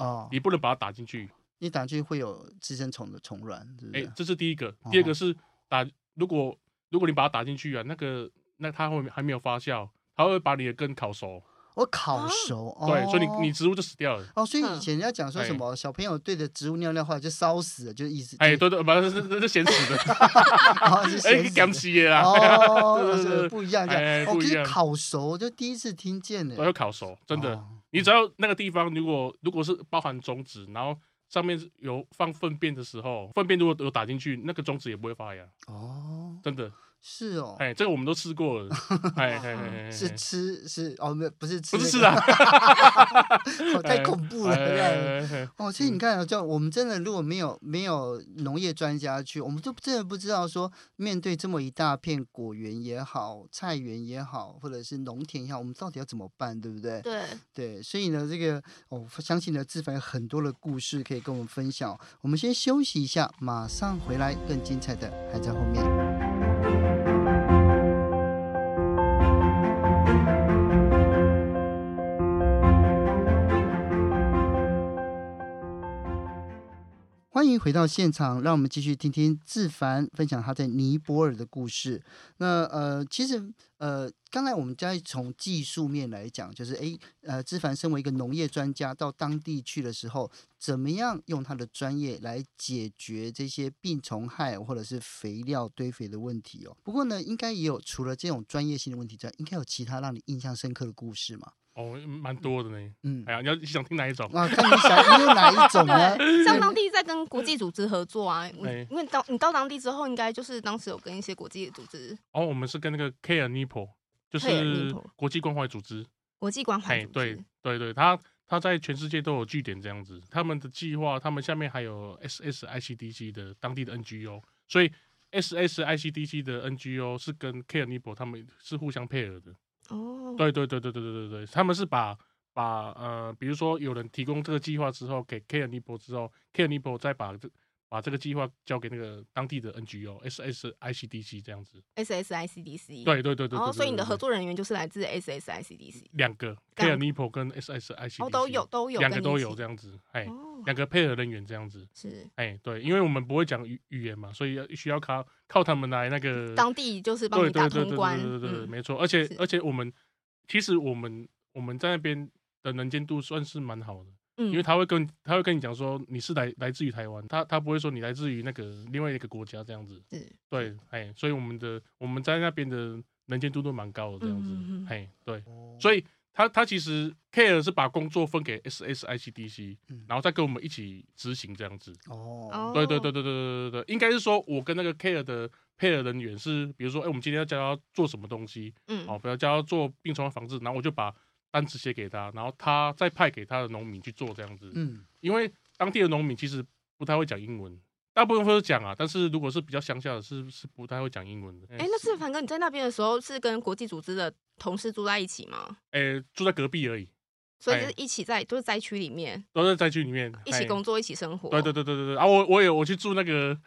[SPEAKER 1] 哦，
[SPEAKER 3] 你不能把它打进去。
[SPEAKER 1] 你打进去会有寄生虫的虫卵，是不
[SPEAKER 3] 哎、
[SPEAKER 1] 是？
[SPEAKER 3] 这是第一个。第二
[SPEAKER 1] 哦
[SPEAKER 3] 个是打，如果如果你把它打进去啊，那个那它会还没有发酵，它会把你的根烤熟，
[SPEAKER 1] 我烤
[SPEAKER 2] 啊
[SPEAKER 1] 熟，哦、
[SPEAKER 3] 对，所以你你植物就死掉了。
[SPEAKER 1] 哦，所以以
[SPEAKER 2] 嗯
[SPEAKER 1] 前人家讲说什
[SPEAKER 3] 哎
[SPEAKER 1] 么小朋友对着植物尿尿，后来就烧死了，就意思就
[SPEAKER 3] 哎、
[SPEAKER 1] *laughs*
[SPEAKER 3] 对对，反正是是是咸死的，
[SPEAKER 1] 然后是
[SPEAKER 3] *laughs* 哎
[SPEAKER 1] 咸，死
[SPEAKER 3] 咸
[SPEAKER 1] 的
[SPEAKER 3] 死的啦，
[SPEAKER 1] 哦，
[SPEAKER 3] 对对对
[SPEAKER 1] 是不一样，这
[SPEAKER 3] 哎
[SPEAKER 1] 样哦，
[SPEAKER 3] 不
[SPEAKER 1] 可
[SPEAKER 3] 一
[SPEAKER 1] 是
[SPEAKER 3] 样哎
[SPEAKER 1] 烤熟就第一次听见呢
[SPEAKER 3] 都，要烤熟，真的。
[SPEAKER 1] 哦
[SPEAKER 3] 你只要那个地方，如果如果是包含种子，然后上面是有放粪便的时候，粪便如果有打进去，那个种子也不会发芽，
[SPEAKER 1] 哦，
[SPEAKER 3] 真的。
[SPEAKER 1] 是哦，
[SPEAKER 3] 哎，这个我们都吃过
[SPEAKER 1] *laughs*
[SPEAKER 3] 了，哎哎哎哎，
[SPEAKER 1] 是
[SPEAKER 3] 哎
[SPEAKER 1] 吃是哦，没有不是吃
[SPEAKER 3] 不
[SPEAKER 1] 那
[SPEAKER 3] 是吃
[SPEAKER 1] 个
[SPEAKER 3] 啊？
[SPEAKER 1] *laughs* 哦
[SPEAKER 3] *laughs*
[SPEAKER 1] 太恐怖了，
[SPEAKER 3] 哎
[SPEAKER 1] 这
[SPEAKER 3] 哎
[SPEAKER 1] 样
[SPEAKER 3] 哎哎哎
[SPEAKER 1] 哦，所以你看啊，就我们真的如果没有没有农业专家去，我们就真的不知道说，面对这么一大片果园也好、菜园也好，或者是农田也好，我们到底要怎么办，对不对？
[SPEAKER 2] *laughs* 对，
[SPEAKER 1] 对，所以呢，这个哦，我相信呢，志凡有很多的故事可以跟我们分享。我们先休息一下，马上回来，更精彩的还在后面。欢迎回到现场，让我们继续听听志凡分享他在尼泊尔的故事。那呃，其实呃，刚才我们再从技术面来讲，就是诶，呃，志凡身为一个农业专家，到当地去的时候，怎么样用他的专业来解决这些病虫害或者是肥料堆肥的问题哦？不过呢，应该也有除了这种专业性的问题之外，应该有其他让你印象深刻的故事嘛？
[SPEAKER 3] 哦，蛮多的呢。
[SPEAKER 1] 嗯，
[SPEAKER 3] 哎呀，你要你想听哪一种？
[SPEAKER 1] 啊，看你想你有哪一种呢？
[SPEAKER 2] *laughs* 对，像当地在跟国际组织合作啊，你
[SPEAKER 3] 哎
[SPEAKER 2] 因为到你到当地之后，应该就是当时有跟一些国际组织、
[SPEAKER 3] 哦，我们是跟那个 Care Nipple，就
[SPEAKER 2] Care
[SPEAKER 3] 是
[SPEAKER 2] Nipple
[SPEAKER 3] 国际关怀组织，
[SPEAKER 2] 国际关怀组
[SPEAKER 3] 哎，
[SPEAKER 2] 织，
[SPEAKER 3] 对对对，他他在全世界都有据点这样子。他们的计划，他们下面还有 SSICDC 的当地的 NGO，所以 SSICDC 的 NGO 是跟 Care Nipple 他们是互相配合的。
[SPEAKER 2] 哦，
[SPEAKER 3] 对对对对对对对对，他们是把把呃，比如说有人提供这个计划之后，给 Care Nipple 之后，Care Nipple 再把这把这个计划交给那个当地的 NGO、SSICDC 这样子。
[SPEAKER 2] SSICDC。
[SPEAKER 3] 对对对对对
[SPEAKER 2] 然哦后，所以你的合
[SPEAKER 3] 对
[SPEAKER 2] 作人员就是来自 SSICDC，
[SPEAKER 3] 两个 c
[SPEAKER 2] 两
[SPEAKER 3] a r e n i p o 跟 SSICDC
[SPEAKER 2] 哦，都有都有，
[SPEAKER 3] 两个
[SPEAKER 2] 跟你
[SPEAKER 3] 都
[SPEAKER 2] 一
[SPEAKER 3] 有
[SPEAKER 2] 起
[SPEAKER 3] 这样子，哎，
[SPEAKER 2] 哦，
[SPEAKER 3] 两个配合人员这样子，
[SPEAKER 2] 是
[SPEAKER 3] 哎，对，因为我们不会讲语语言嘛，所以要需要靠靠他们来那个
[SPEAKER 2] 嗯当地就是帮
[SPEAKER 3] 对
[SPEAKER 2] 你打
[SPEAKER 3] 对对
[SPEAKER 2] 通
[SPEAKER 3] 对
[SPEAKER 2] 关，
[SPEAKER 3] 对对对，
[SPEAKER 2] 嗯，
[SPEAKER 3] 没错。而且
[SPEAKER 2] 是
[SPEAKER 3] 而且我们其实我们我们在那边的能见度算是蛮好的，因为
[SPEAKER 2] 嗯，
[SPEAKER 3] 他会跟他会跟你讲说你是来来自于台湾，他他不会说你来自于那个另外一个国家这样子。
[SPEAKER 2] 是
[SPEAKER 3] 对，哎，所以我们的我们在那边的能见度都蛮高的这样子
[SPEAKER 2] 嗯嗯嗯，
[SPEAKER 3] 哎，对，
[SPEAKER 1] 哦
[SPEAKER 3] *laughs* 所以。他他其实 care 是把工作分给 SSICDC，、
[SPEAKER 1] 嗯
[SPEAKER 3] 然后再跟我们一起执行这样子。
[SPEAKER 1] 哦
[SPEAKER 2] 哦，
[SPEAKER 3] 对对对对对对对对，应该是说我跟那个 care 的配合人员是，比如说，哎、我们今天要教他做什么东西，
[SPEAKER 2] 嗯，
[SPEAKER 3] 哦，比如教他做病虫害防治，然后我就把单子写给他，然后他再派给他的农民去做这样子。
[SPEAKER 1] 嗯
[SPEAKER 3] 因为当地的农民其实不太会讲英文，大部分都讲啊，但是如果是比较乡下的是，是不太会讲英文的。哎
[SPEAKER 2] 哎，那志凡哥，你在那边的时候是跟国际组织的同事住在一起吗？
[SPEAKER 3] 哎、住在隔壁而已，
[SPEAKER 2] 所以
[SPEAKER 3] 哎
[SPEAKER 2] 就是一起在，就是灾区里面
[SPEAKER 3] 都在灾区里面
[SPEAKER 2] 一起。
[SPEAKER 3] 哎
[SPEAKER 2] 工作，一起生活。
[SPEAKER 3] 对对对对对对，啊，我我也我去住那个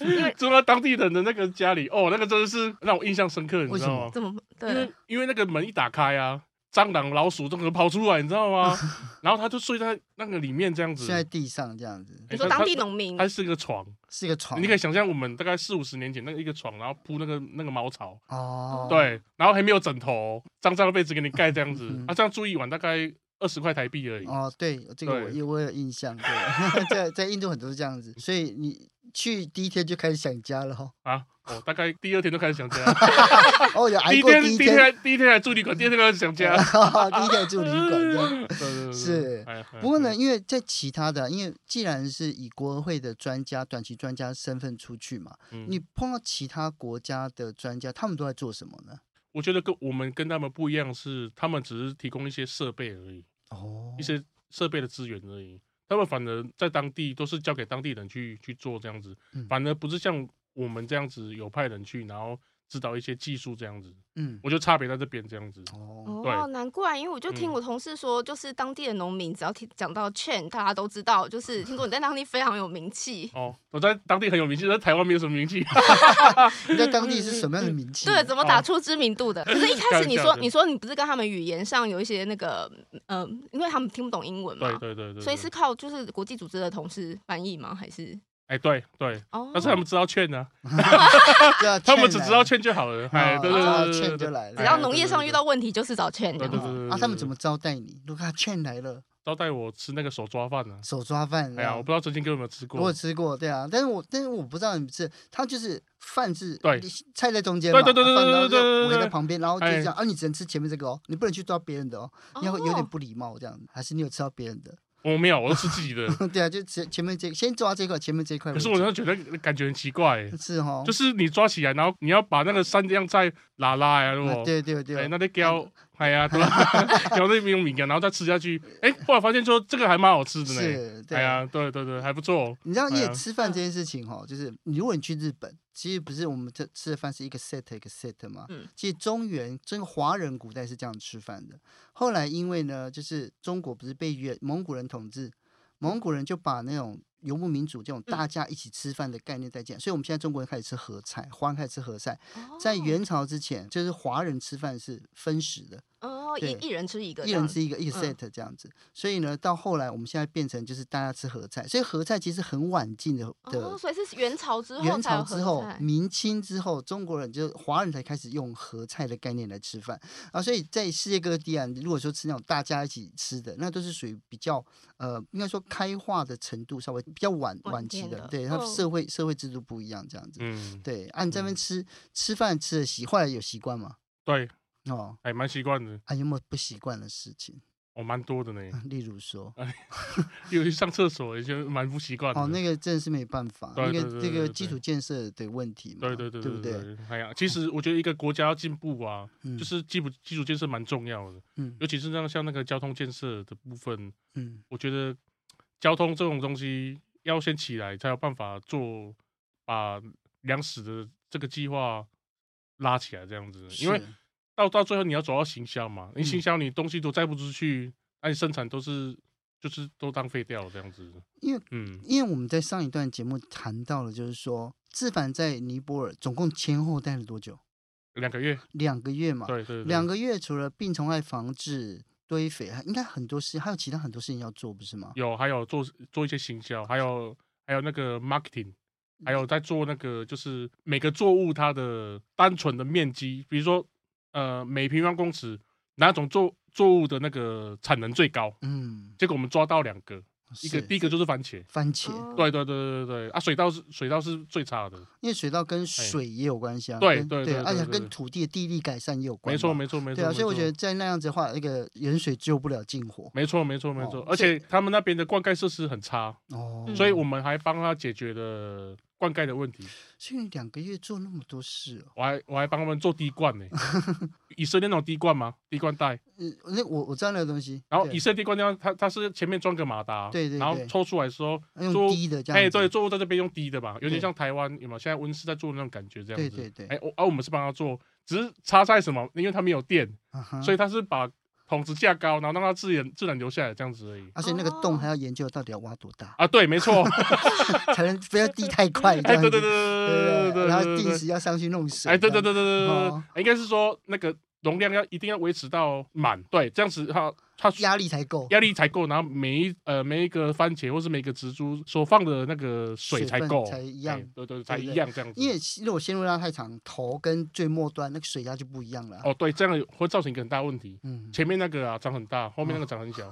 [SPEAKER 2] 为
[SPEAKER 3] *laughs* 住到当地人的那个家里，哦，那个真的是让我印象深刻，你
[SPEAKER 1] 为
[SPEAKER 3] 知
[SPEAKER 1] 什
[SPEAKER 3] 道
[SPEAKER 1] 么
[SPEAKER 3] 吗？
[SPEAKER 2] 怎么
[SPEAKER 3] 因为
[SPEAKER 2] 对？
[SPEAKER 3] 因为那个门一打开啊，蟑螂、老鼠都可能跑出来，你知道吗？ *laughs* 然后他就睡在那个里面这样子
[SPEAKER 1] 睡，
[SPEAKER 2] 啊
[SPEAKER 1] 在地上这样子，
[SPEAKER 2] 你
[SPEAKER 3] 哎
[SPEAKER 2] 说
[SPEAKER 3] 他
[SPEAKER 2] 当地
[SPEAKER 3] 他
[SPEAKER 2] 农民
[SPEAKER 3] 它是一个床，
[SPEAKER 1] 是一个床，
[SPEAKER 3] 你可以想象我们大概四五十年前那个一个床，然后铺那个那个茅草，
[SPEAKER 1] 哦，
[SPEAKER 3] 对，然后还没有枕头，脏脏的被子给你盖这样子
[SPEAKER 1] 嗯，
[SPEAKER 3] 啊，这样住一晚大概二十块台币而已。
[SPEAKER 1] 哦，对，这个我
[SPEAKER 3] 对
[SPEAKER 1] 有我有印象，对， *laughs* 在在印度很多是这样子，所以你去第一天就开始想家了哦，
[SPEAKER 3] 啊，我大概第二天都开始
[SPEAKER 1] *laughs*
[SPEAKER 3] 想家，
[SPEAKER 1] 哦，有
[SPEAKER 3] *laughs* 第
[SPEAKER 1] 挨
[SPEAKER 3] 一
[SPEAKER 1] 过
[SPEAKER 3] 天
[SPEAKER 1] 第一
[SPEAKER 3] 第一天
[SPEAKER 1] 天，
[SPEAKER 3] 还第一天还住旅馆，第二天开始
[SPEAKER 1] *laughs*
[SPEAKER 3] 想家。
[SPEAKER 1] 第一天住旅馆这样。
[SPEAKER 3] *laughs* 对对对
[SPEAKER 1] 是
[SPEAKER 3] 哎呀哎呀
[SPEAKER 1] 不过呢，
[SPEAKER 3] 对
[SPEAKER 1] 因为在其他的，啊因为既然是以国合会的专家、短期专家身份出去嘛，
[SPEAKER 3] 嗯
[SPEAKER 1] 你碰到其他国家的专家，他们都在做什么呢？
[SPEAKER 3] 我觉得跟我们跟他们不一样，是他们只是提供一些设备而已，
[SPEAKER 1] 哦
[SPEAKER 3] 一些设备的资源而已。他们反而在当地都是交给当地人去去做这样子
[SPEAKER 1] 嗯，
[SPEAKER 3] 反而不是像我们这样子有派人去，然后指导一些技术这样子。
[SPEAKER 1] 嗯，
[SPEAKER 3] 我觉得差别在这边这样子。
[SPEAKER 1] 哦，
[SPEAKER 2] 哦，
[SPEAKER 3] 对
[SPEAKER 2] 难怪，因为我就听
[SPEAKER 3] 嗯。
[SPEAKER 2] 我同事说，就是当地的农民，只要听讲到 Chen，大家都知道，就是听说你在当地非常有名气
[SPEAKER 3] 哦，我在当地很有名气，在台湾没有什么名气。
[SPEAKER 1] 你在当地是什么样的名气？
[SPEAKER 2] 对，怎
[SPEAKER 3] 哦
[SPEAKER 2] 么打出知名度
[SPEAKER 3] *laughs*
[SPEAKER 2] 的？可是，一开始你
[SPEAKER 3] 开
[SPEAKER 2] 说，
[SPEAKER 3] 玩笑的
[SPEAKER 2] 你说你不是跟他们语言上有一些那个，呃，因为他们听不懂英文嘛
[SPEAKER 3] *laughs* 对，对对对，
[SPEAKER 2] 所以
[SPEAKER 3] 对
[SPEAKER 2] 是靠就是国际组织的同事翻译吗？还是
[SPEAKER 3] 哎对对，
[SPEAKER 2] 哦？
[SPEAKER 3] 但是他们知道劝呢，
[SPEAKER 1] 对啊，
[SPEAKER 3] 他们只
[SPEAKER 1] 劝
[SPEAKER 3] 知道
[SPEAKER 1] 来
[SPEAKER 3] 劝就好了。哎，
[SPEAKER 1] 啊，
[SPEAKER 3] 对
[SPEAKER 1] 知
[SPEAKER 3] 对
[SPEAKER 1] 道
[SPEAKER 3] 对对
[SPEAKER 1] 劝
[SPEAKER 3] 对
[SPEAKER 1] 就
[SPEAKER 3] 对，
[SPEAKER 1] 来
[SPEAKER 2] 只
[SPEAKER 1] 了。
[SPEAKER 2] 要农业上遇到问题，就是找 Chen 这
[SPEAKER 3] 对
[SPEAKER 2] 样
[SPEAKER 3] 对
[SPEAKER 2] 子。
[SPEAKER 3] 对
[SPEAKER 1] 啊，他们
[SPEAKER 3] 对
[SPEAKER 1] 怎么招待你？如果他劝来了，
[SPEAKER 3] 招待我吃那个手抓饭呢？啊
[SPEAKER 1] 手抓饭，
[SPEAKER 3] 哎呀，我不知道曾经哥有没有吃过。
[SPEAKER 1] 我有吃过，对啊，但是我但是我不知道你是，他就是饭是
[SPEAKER 3] 对
[SPEAKER 1] 菜在中间嘛，啊
[SPEAKER 3] 对对对对
[SPEAKER 1] 饭然后
[SPEAKER 3] 对对对
[SPEAKER 1] 就
[SPEAKER 3] 对对
[SPEAKER 1] 围在旁边，然后就
[SPEAKER 3] 哎
[SPEAKER 1] 这样，啊，你只能吃前面这个哦，你不能去抓别人的哦，你要有点
[SPEAKER 2] 哦
[SPEAKER 1] 不礼貌这样，还是你有吃到别人的？ *laughs*
[SPEAKER 3] 我没有，我都吃自己 *laughs* 的。
[SPEAKER 1] 对啊，就前前面这先抓这块，前面这块为
[SPEAKER 3] 可
[SPEAKER 1] 止。
[SPEAKER 3] 是我就觉得感觉很奇怪、欸，
[SPEAKER 1] 是哦，
[SPEAKER 3] 就是你抓起来，然后你要把那个三样菜拉拉呀，如
[SPEAKER 1] 啊
[SPEAKER 3] 果
[SPEAKER 1] 对对对
[SPEAKER 3] 哎，
[SPEAKER 1] 哦，
[SPEAKER 3] 那得胶，哎呀，对吧？ *laughs* 胶那边敏感，然后再吃下去，哎，后来发现说这个还蛮好吃的呢。
[SPEAKER 1] 是，对
[SPEAKER 3] 哎
[SPEAKER 1] 啊。
[SPEAKER 3] 呀，对对对，还不错。
[SPEAKER 1] 你知道，
[SPEAKER 3] 哎
[SPEAKER 1] 因为
[SPEAKER 3] 呀
[SPEAKER 1] 吃饭这
[SPEAKER 2] 嗯
[SPEAKER 1] 件事情哈，就是如果你去日本，其实不是我们这吃的饭是一个 set 一个 set 嘛。
[SPEAKER 2] 嗯
[SPEAKER 1] 其实中原这个华人古代是这样吃饭的，后来因为呢，就是中国不是被元蒙古人统治，蒙古人就把那种游牧民族这
[SPEAKER 2] 嗯
[SPEAKER 1] 种大家一起吃饭的概念带进来，所以我们现在中国人开始吃合菜，华人开始吃合菜。
[SPEAKER 2] 哦
[SPEAKER 1] 在元朝之前，就是华人吃饭是分食的，
[SPEAKER 2] 哦，
[SPEAKER 1] 对
[SPEAKER 2] 一一人吃一个这
[SPEAKER 1] 一
[SPEAKER 2] 样
[SPEAKER 1] 人
[SPEAKER 2] 子，
[SPEAKER 1] 吃一个一个
[SPEAKER 2] 嗯
[SPEAKER 1] set 这样子。所以呢，到后来我们现在变成就是大家吃合菜，所以合菜其实很晚进的
[SPEAKER 2] 哦，
[SPEAKER 1] 的。
[SPEAKER 2] 所以是元朝之后
[SPEAKER 1] 元
[SPEAKER 2] 才
[SPEAKER 1] 朝
[SPEAKER 2] 有
[SPEAKER 1] 之
[SPEAKER 2] 合
[SPEAKER 1] 后
[SPEAKER 2] 菜，
[SPEAKER 1] 明清之后，中国人就华人才开始用合菜的概念来吃饭啊，所以在世界各地啊，如果说吃那种大家一起吃的，那都是属于比较呃，应该说开化的程度稍微比较晚
[SPEAKER 2] 晚
[SPEAKER 1] 晚期
[SPEAKER 2] 点
[SPEAKER 1] 的
[SPEAKER 2] 的，
[SPEAKER 1] 对，它
[SPEAKER 2] 嗯
[SPEAKER 1] 社会社会制度不一样这样子。
[SPEAKER 3] 嗯，
[SPEAKER 1] 对，按这边
[SPEAKER 3] 嗯
[SPEAKER 1] 吃吃饭吃的习，后来有习惯吗？
[SPEAKER 3] 对，
[SPEAKER 1] 哦，
[SPEAKER 3] 还哎蛮习惯的，
[SPEAKER 1] 啊，有没有不习惯的事情？
[SPEAKER 3] 我蛮多的呢。
[SPEAKER 1] *laughs* 例如说，
[SPEAKER 3] 尤其上厕所，也就蛮不习惯的。
[SPEAKER 1] 哦，那个真的是没办法，
[SPEAKER 3] 对
[SPEAKER 1] 那
[SPEAKER 3] 对
[SPEAKER 1] 个
[SPEAKER 3] 对
[SPEAKER 1] 这个
[SPEAKER 3] 对
[SPEAKER 1] 基
[SPEAKER 3] 对
[SPEAKER 1] 础建设的问题嘛，
[SPEAKER 3] 对对对
[SPEAKER 1] 对
[SPEAKER 3] 对
[SPEAKER 1] 不
[SPEAKER 3] 对，哎呀，其实我觉得一个国家要进步啊，
[SPEAKER 1] 嗯
[SPEAKER 3] 就是基础基础建设蛮重要的，
[SPEAKER 1] 嗯
[SPEAKER 3] 尤其是像像那个交通建设的部分，
[SPEAKER 1] 嗯，
[SPEAKER 3] 我觉得交通这种东西要先起来，才有办法做把粮食的这个计划拉起来这样子。因为
[SPEAKER 1] 是
[SPEAKER 3] 到到最后你要走到行销嘛，你
[SPEAKER 1] 嗯
[SPEAKER 3] 行销你东西都载不出去，那、你生产都是就是都浪费掉了这样子。
[SPEAKER 1] 因为
[SPEAKER 3] 嗯，
[SPEAKER 1] 因为我们在上一段节目谈到了，就是说志凡在尼泊尔总共前后待了多久？
[SPEAKER 3] 两个月，
[SPEAKER 1] 两个月嘛。
[SPEAKER 3] 对对对，
[SPEAKER 1] 两个月除了病虫害防治、堆肥，还应该很多事，还有其他很多事情要做，不是吗？
[SPEAKER 3] 有还有做做一些行销，还有还有那个 marketing，还
[SPEAKER 1] 嗯
[SPEAKER 3] 有在做那个就是每个作物它的单纯的面积，比如说呃每平方公尺哪种作作物的那个产能最高，
[SPEAKER 1] 嗯，
[SPEAKER 3] 结果我们抓到两个，一个
[SPEAKER 1] 是
[SPEAKER 3] 第一个就是番茄。
[SPEAKER 1] 番茄，
[SPEAKER 2] 哦
[SPEAKER 3] 对对对对对啊！水稻是水稻是最差的，
[SPEAKER 1] 因为水稻跟水也有关系啊，
[SPEAKER 3] 哎对
[SPEAKER 1] 跟
[SPEAKER 3] 对对
[SPEAKER 1] 对，而且
[SPEAKER 3] 对对
[SPEAKER 1] 跟土地的地力改善也有关嘛，
[SPEAKER 3] 没错没错没错。
[SPEAKER 1] 对啊，所以我
[SPEAKER 3] 没错
[SPEAKER 1] 觉得在那样子的话，那个远水救不了近火
[SPEAKER 3] 没错，没错，没错。
[SPEAKER 1] 哦
[SPEAKER 3] 而且他们那边的灌溉设施很差，
[SPEAKER 1] 哦，
[SPEAKER 2] 嗯
[SPEAKER 3] 所以我们还帮他解决了灌溉的问题。
[SPEAKER 1] 所以你两个月做那么多事哦，
[SPEAKER 3] 我还我还帮他们做滴灌呢、以色列那种滴灌吗？滴灌袋，
[SPEAKER 1] 嗯，那我我知道那个东西，
[SPEAKER 3] 然后
[SPEAKER 1] 对
[SPEAKER 3] 以色列滴灌地方，它它是前面装个马达，
[SPEAKER 1] 对对
[SPEAKER 3] 然后
[SPEAKER 1] 对
[SPEAKER 3] 抽出来的时候，
[SPEAKER 1] 用
[SPEAKER 3] 作物
[SPEAKER 1] 低的这样
[SPEAKER 3] 哎、
[SPEAKER 1] 子，
[SPEAKER 3] 对，作物在这边用滴的吧，有
[SPEAKER 1] 对
[SPEAKER 3] 点像台湾有没有？现在温室在做的那种感觉这样
[SPEAKER 1] 对
[SPEAKER 3] 子。
[SPEAKER 1] 对对
[SPEAKER 3] 哎、我而、我们是帮他做，只是差在什么？因为他没有电，
[SPEAKER 1] 啊哈，
[SPEAKER 3] 所以他是把桶子架高，然后让它自然自然流下来这样子而已。
[SPEAKER 1] 而且那个洞
[SPEAKER 2] 哦
[SPEAKER 1] 还要研究到底要挖多大， *laughs*
[SPEAKER 3] 啊，对，没错，
[SPEAKER 1] 才能不要地太快，这
[SPEAKER 3] 哎，
[SPEAKER 1] 样
[SPEAKER 3] 对
[SPEAKER 1] 子，
[SPEAKER 3] 对对对
[SPEAKER 1] 对
[SPEAKER 3] 对对
[SPEAKER 1] 不
[SPEAKER 3] 对，
[SPEAKER 1] 然后
[SPEAKER 3] 对对
[SPEAKER 1] 定时要上去弄水，
[SPEAKER 3] 哎，对
[SPEAKER 1] 这
[SPEAKER 3] 对
[SPEAKER 1] 样
[SPEAKER 3] 对对对对对
[SPEAKER 1] 哦
[SPEAKER 3] 对，应该是说那个容量要一定要维持到满，对，这样子它它
[SPEAKER 1] 压力才够，
[SPEAKER 3] 压力才够，然后每一呃每一个番茄或是每一个植株所放的那个水
[SPEAKER 1] 水
[SPEAKER 3] 才
[SPEAKER 1] 分
[SPEAKER 3] 够，
[SPEAKER 1] 才一样
[SPEAKER 3] 哎对对，才
[SPEAKER 1] 对
[SPEAKER 3] 一
[SPEAKER 1] 对
[SPEAKER 3] 样这样子。
[SPEAKER 1] 因为如果陷入到太长，头跟最末端那个水压就不一样了啊，
[SPEAKER 3] 哦，对，这样会造成一个很大问题。
[SPEAKER 1] 嗯，
[SPEAKER 3] 前面那个啊长很大，后面那个
[SPEAKER 1] *laughs*
[SPEAKER 3] 长很小。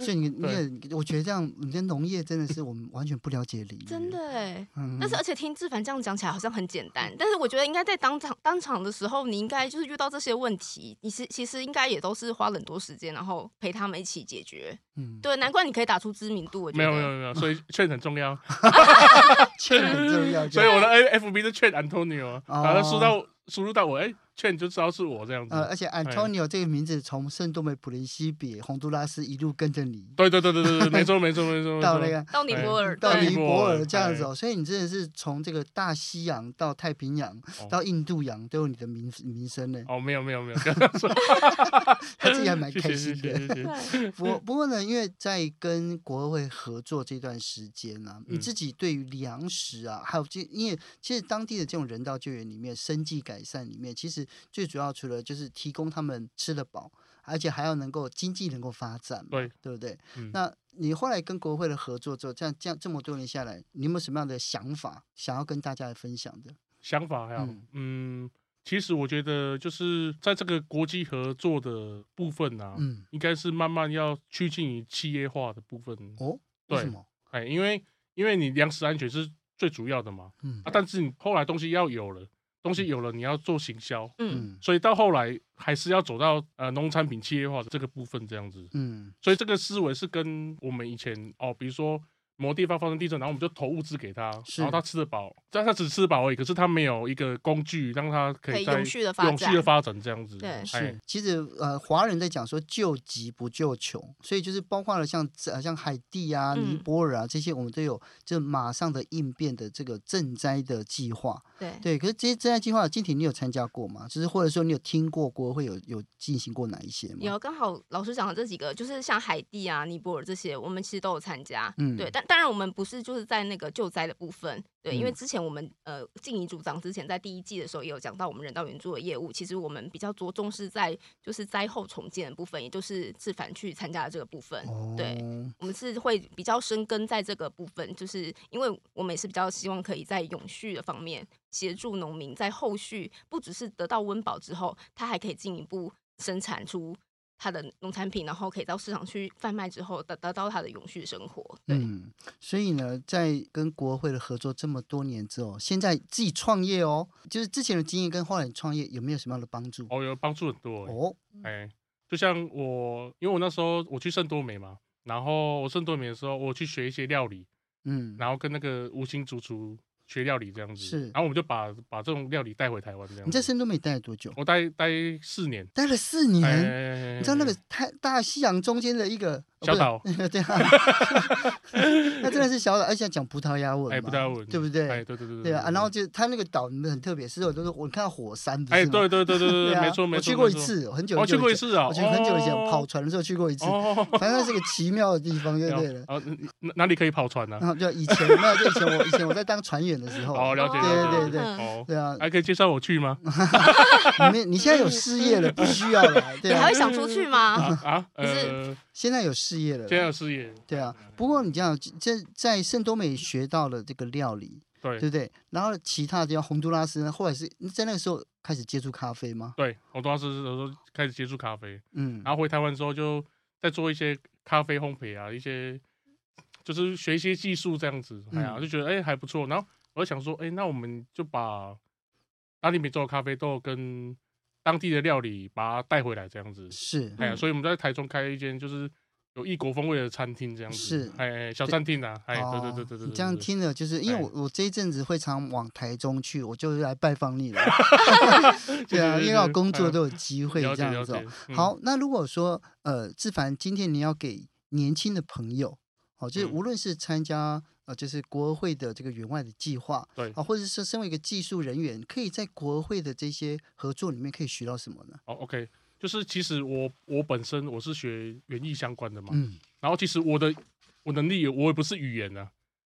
[SPEAKER 1] 所以你
[SPEAKER 3] 对
[SPEAKER 1] 你也我觉得这样，你的农业真的是我们完全不了解领域，
[SPEAKER 2] 真的哎。
[SPEAKER 1] 嗯，
[SPEAKER 2] 但是，而且听志凡这样讲起来好像很简单，但是我觉得应该在当场当场的时候，你应该就是遇到这些问题，你是其实应该也都是花了很多时间，然后陪他们一起解决。
[SPEAKER 1] 嗯，
[SPEAKER 2] 对，难怪你可以打出知名度。我觉
[SPEAKER 3] 没
[SPEAKER 2] 得
[SPEAKER 3] 有没有没有，所以劝很
[SPEAKER 1] *laughs*
[SPEAKER 3] 重要。
[SPEAKER 1] 确很重要，
[SPEAKER 3] *laughs* 所以我的哎 F F B 是劝 Antonio，啊
[SPEAKER 1] 哦
[SPEAKER 3] 然后输到输入到我，哎，劝就知道是我这样
[SPEAKER 1] 呃，
[SPEAKER 3] 子。
[SPEAKER 1] 而且 Antonio 这个名字从圣多美普林西比洪都拉斯一路跟着你
[SPEAKER 3] 对对对对对
[SPEAKER 1] *laughs*
[SPEAKER 3] 对，没错没错没错。没
[SPEAKER 1] 到
[SPEAKER 3] 错
[SPEAKER 1] 那个
[SPEAKER 2] 到尼泊尔，
[SPEAKER 1] 到
[SPEAKER 2] 对
[SPEAKER 1] 尼泊尔这样子
[SPEAKER 3] 哎
[SPEAKER 1] 哦，所以你真的是从这个大西洋到太平洋
[SPEAKER 3] 哦
[SPEAKER 1] 到印度洋都有你的名名声呢，
[SPEAKER 3] 哦，没有没有没有，跟他说
[SPEAKER 1] *laughs* 他自己还蛮
[SPEAKER 3] *laughs* 谢
[SPEAKER 1] 开
[SPEAKER 3] 谢
[SPEAKER 1] 心
[SPEAKER 3] 谢
[SPEAKER 1] 的
[SPEAKER 3] 谢。谢谢。
[SPEAKER 2] 对
[SPEAKER 1] 不
[SPEAKER 3] 嗯
[SPEAKER 1] 过不过呢，因为在跟国会合作这段时间呢、啊，你
[SPEAKER 3] 嗯
[SPEAKER 1] 自己对于粮食啊，还有这因为其实当地的这种人道救援里面，生计改善里面，其实最主要除了就是提供他们吃得饱，而且还要能够经济能够发展嘛，
[SPEAKER 3] 对
[SPEAKER 1] 对不对？
[SPEAKER 3] 嗯
[SPEAKER 1] 那你后来跟国会的合作之后，这样这样这么多年下来，你有没有什么样的想法想要跟大家来分享的？
[SPEAKER 3] 想法还好
[SPEAKER 1] 嗯，
[SPEAKER 3] 嗯，其实我觉得就是在这个国际合作的部分啊，
[SPEAKER 1] 嗯，
[SPEAKER 3] 应该是慢慢要趋近于企业化的部分。
[SPEAKER 1] 哦，为
[SPEAKER 3] 对
[SPEAKER 1] 什么？
[SPEAKER 3] 哎，因为因为你粮食安全是最主要的嘛，
[SPEAKER 1] 嗯
[SPEAKER 3] 啊，但是你后来东西要有了，东西有了，你要做行销，
[SPEAKER 2] 嗯，
[SPEAKER 1] 嗯
[SPEAKER 3] 所以到后来还是要走到呃农产品企业化的这个部分这样子。
[SPEAKER 1] 嗯
[SPEAKER 3] 所以这个思维是跟我们以前哦，比如说某个地方发生地震，然后我们就投物资给他，
[SPEAKER 1] 是
[SPEAKER 3] 然后他吃得饱，但他只吃得饱而已，可是他没有一个工具让他可
[SPEAKER 2] 可
[SPEAKER 3] 以
[SPEAKER 2] 以
[SPEAKER 3] 在
[SPEAKER 2] 永续的发
[SPEAKER 3] 永
[SPEAKER 2] 展
[SPEAKER 3] 续的发展这样子。
[SPEAKER 2] 对
[SPEAKER 3] 哎
[SPEAKER 1] 是，其实呃，华人在讲说救急不救穷，所以就是包括了像呃像海地啊、尼
[SPEAKER 2] 嗯
[SPEAKER 1] 泊尔啊这些，我们都有就马上的应变的这个赈灾的计划。
[SPEAKER 2] 对
[SPEAKER 1] 对，可是这些赈灾计划，金婷你有参加过吗？就是或者说你有听过国会有有进行过哪一些吗？
[SPEAKER 2] 有，刚好老师讲的这几个，就是像海地啊、尼泊尔这些，我们其实都有参加。
[SPEAKER 1] 嗯
[SPEAKER 2] 对，但当然我们不是就是在那个救灾的部分，对，因为
[SPEAKER 1] 嗯
[SPEAKER 2] 之前我们呃静怡组长之前在第一季的时候也有讲到我们人道援助的业务，其实我们比较着重是在就是灾后重建的部分，也就是志凡去参加的这个部分。
[SPEAKER 1] 哦，
[SPEAKER 2] 对，我们是会比较深耕在这个部分，就是因为我们也是比较希望可以在永续的方面协助农民，在后续不只是得到温饱之后，他还可以进一步生产出他的农产品，然后可以到市场去贩卖之后，得得到他的永续生活。对，
[SPEAKER 1] 嗯，所以呢，在跟国会的合作这么多年之后，现在自己创业哦，就是之前的经验跟后来的创业有没有什么样的帮助？
[SPEAKER 3] 哦，有帮助很多、哎
[SPEAKER 1] 哦，
[SPEAKER 3] 哎，就像我，因为我那时候我去圣多美嘛，然后我圣多美的时候，我去学一些料理，
[SPEAKER 1] 嗯，
[SPEAKER 3] 然后跟那个无心主厨学料理这样子，
[SPEAKER 1] 是
[SPEAKER 3] 然后我们就把把这种料理带回台湾这样子。
[SPEAKER 1] 你在深都没待了多久？
[SPEAKER 3] 我待待四年，
[SPEAKER 1] 待了四年。
[SPEAKER 3] 哎
[SPEAKER 1] 你知道那个太大西洋中间的一个呃
[SPEAKER 3] 小岛，
[SPEAKER 1] *laughs* 对啊，
[SPEAKER 3] *laughs*
[SPEAKER 1] 那真的是小岛，而且讲葡萄牙文嘛，
[SPEAKER 3] 哎，不太稳，
[SPEAKER 1] 对不
[SPEAKER 3] 哎，
[SPEAKER 1] 对？
[SPEAKER 3] 对对对
[SPEAKER 1] 对啊，然后就它那个岛很特别，是有都是我看到火山，不是
[SPEAKER 3] 哎，
[SPEAKER 1] 吗
[SPEAKER 3] 对对对对对
[SPEAKER 1] *laughs* 对
[SPEAKER 3] 对，
[SPEAKER 1] 啊
[SPEAKER 3] 没错没
[SPEAKER 1] 我
[SPEAKER 3] 错，
[SPEAKER 1] 去过一
[SPEAKER 3] 没错，
[SPEAKER 1] 次，很久
[SPEAKER 3] 哦，
[SPEAKER 1] 很久
[SPEAKER 3] 去过
[SPEAKER 1] 以
[SPEAKER 3] 一
[SPEAKER 1] 前
[SPEAKER 3] 次啊，
[SPEAKER 1] 我去很久以前
[SPEAKER 3] 哦
[SPEAKER 1] 跑船的时候去过一次，
[SPEAKER 3] 哦，
[SPEAKER 1] 反正是个奇妙的地
[SPEAKER 3] *laughs*
[SPEAKER 1] 方，就 *laughs* 对嗯了。
[SPEAKER 3] 哦，哪哪里可以跑船呢啊
[SPEAKER 1] 然？后就以前没有，就以前我以前我在当船员的时候，
[SPEAKER 3] 哦，了解，
[SPEAKER 2] 对
[SPEAKER 3] 了
[SPEAKER 1] 对
[SPEAKER 3] 解
[SPEAKER 1] 对
[SPEAKER 2] 对
[SPEAKER 3] 哦，
[SPEAKER 1] 对啊，
[SPEAKER 3] 还可以介绍我去吗？
[SPEAKER 1] 你们你现在有事业了，不需
[SPEAKER 3] *laughs*
[SPEAKER 1] 要了，对
[SPEAKER 2] 你还
[SPEAKER 1] 啊
[SPEAKER 2] 会，想出去吗？
[SPEAKER 3] 啊啊，
[SPEAKER 2] 可是
[SPEAKER 3] 呃，
[SPEAKER 1] 现在有事业了
[SPEAKER 3] 现，在有事业，
[SPEAKER 1] 对啊。不过你这样，这在圣多美学到了这个料理，对
[SPEAKER 3] 对
[SPEAKER 1] 不对？然后其他地方，洪都拉斯呢，后来是在那个时候开始接触咖啡吗？
[SPEAKER 3] 对，我当时的时候开始接触咖啡，
[SPEAKER 1] 嗯，
[SPEAKER 3] 然后回台湾之后就在做一些咖啡烘焙啊，一些就是学一些技术这样子，哎呀，
[SPEAKER 1] 嗯
[SPEAKER 3] 就觉得哎、还不错。然后我就想说，哎、那我们就把当地美洲的咖啡豆跟当地的料理把它带回来这样子，
[SPEAKER 1] 是
[SPEAKER 3] 哎呀，
[SPEAKER 2] 嗯
[SPEAKER 3] 所以我们在台中开了一间就是有异国风味的餐厅这样子，
[SPEAKER 1] 是
[SPEAKER 3] 哎小餐厅啊，哎对对
[SPEAKER 1] 哦
[SPEAKER 3] 对对对，
[SPEAKER 1] 你这样
[SPEAKER 3] 对。哎
[SPEAKER 1] 听了，就是因为
[SPEAKER 3] 对
[SPEAKER 1] 我我这一阵子会常往台中去，我就来拜访
[SPEAKER 3] *laughs*
[SPEAKER 1] 你了。对啊，
[SPEAKER 3] 对对
[SPEAKER 1] 因为我
[SPEAKER 3] 对
[SPEAKER 1] 工作
[SPEAKER 3] 嗯
[SPEAKER 1] 都有机会
[SPEAKER 3] 了
[SPEAKER 1] 这
[SPEAKER 3] 解
[SPEAKER 1] 样
[SPEAKER 3] 了
[SPEAKER 1] 子哦
[SPEAKER 3] 解。，嗯，
[SPEAKER 1] 好，那如果说呃，志凡，今天你要给年轻的朋友，哦，就是
[SPEAKER 3] 嗯
[SPEAKER 1] 无论是参加呃，就是国会的这个员外的计划，
[SPEAKER 3] 对哦
[SPEAKER 1] 啊，或者是身为一个技术人员，可以在国会的这些合作里面可以学到什么呢？
[SPEAKER 3] 哦，OK，就是其实我我本身我是学园艺相关的嘛，
[SPEAKER 1] 嗯，
[SPEAKER 3] 然后其实我的我能力也我也不是语言啊，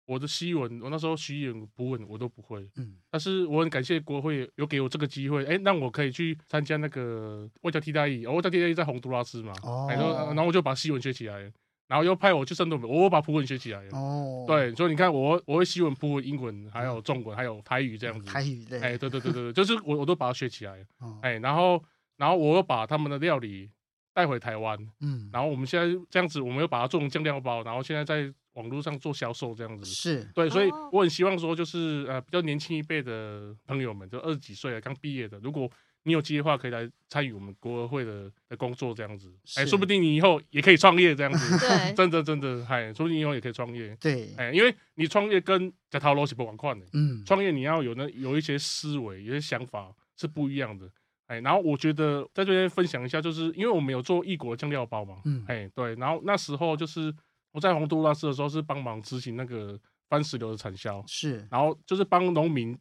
[SPEAKER 3] 我的西文我那时候西文不文我都不会，
[SPEAKER 1] 嗯，
[SPEAKER 3] 但是我很感谢国会有给我这个机会，哎，让我可以去参加那个外交替代役，哦，外交替代役在洪都拉斯嘛，
[SPEAKER 1] 哦
[SPEAKER 3] 哎然后然后我就把西文学起来，然后又派我去圣多美，我又把葡文学起来，
[SPEAKER 1] 哦，，
[SPEAKER 3] 对，所以你看我我会西文、葡文、英文，还有中文，还有台语这样子，
[SPEAKER 1] 哦台语类，
[SPEAKER 3] 哎，对对对对，对就是我我都把它学起来，
[SPEAKER 1] 哦，
[SPEAKER 3] 哎，然后然后我又把他们的料理带回台湾。
[SPEAKER 1] 嗯，
[SPEAKER 3] 然后我们现在这样子，我们又把它做成酱料包，然后现在在网络上做销售这样子。
[SPEAKER 1] 是，
[SPEAKER 3] 对，所以
[SPEAKER 2] 哦
[SPEAKER 3] 我很希望说，就是呃，比较年轻一辈的朋友们，就二十几岁啊，刚毕业的，如果你有机会的话，可以来参与我们国合会的的工作这样子。哎，
[SPEAKER 1] 是
[SPEAKER 3] 说不定你以后也可以创业这样子。
[SPEAKER 2] 对，
[SPEAKER 3] *laughs* 真的真的，哎，说不定以后也可以创业。
[SPEAKER 1] 对，
[SPEAKER 3] 哎，因为你创业跟在套路是不管款的，
[SPEAKER 1] 嗯，
[SPEAKER 3] 创业你要有那有一些思维，有一些想法是不一样的。哎，然后我觉得在这边分享一下，就是因为我们有做异国酱料包嘛，
[SPEAKER 1] 嗯
[SPEAKER 3] 哎，对，然后那时候就是我在洪都拉斯的时候是帮忙执行那个番石榴的产销，
[SPEAKER 1] 是，
[SPEAKER 3] 然后就是帮农民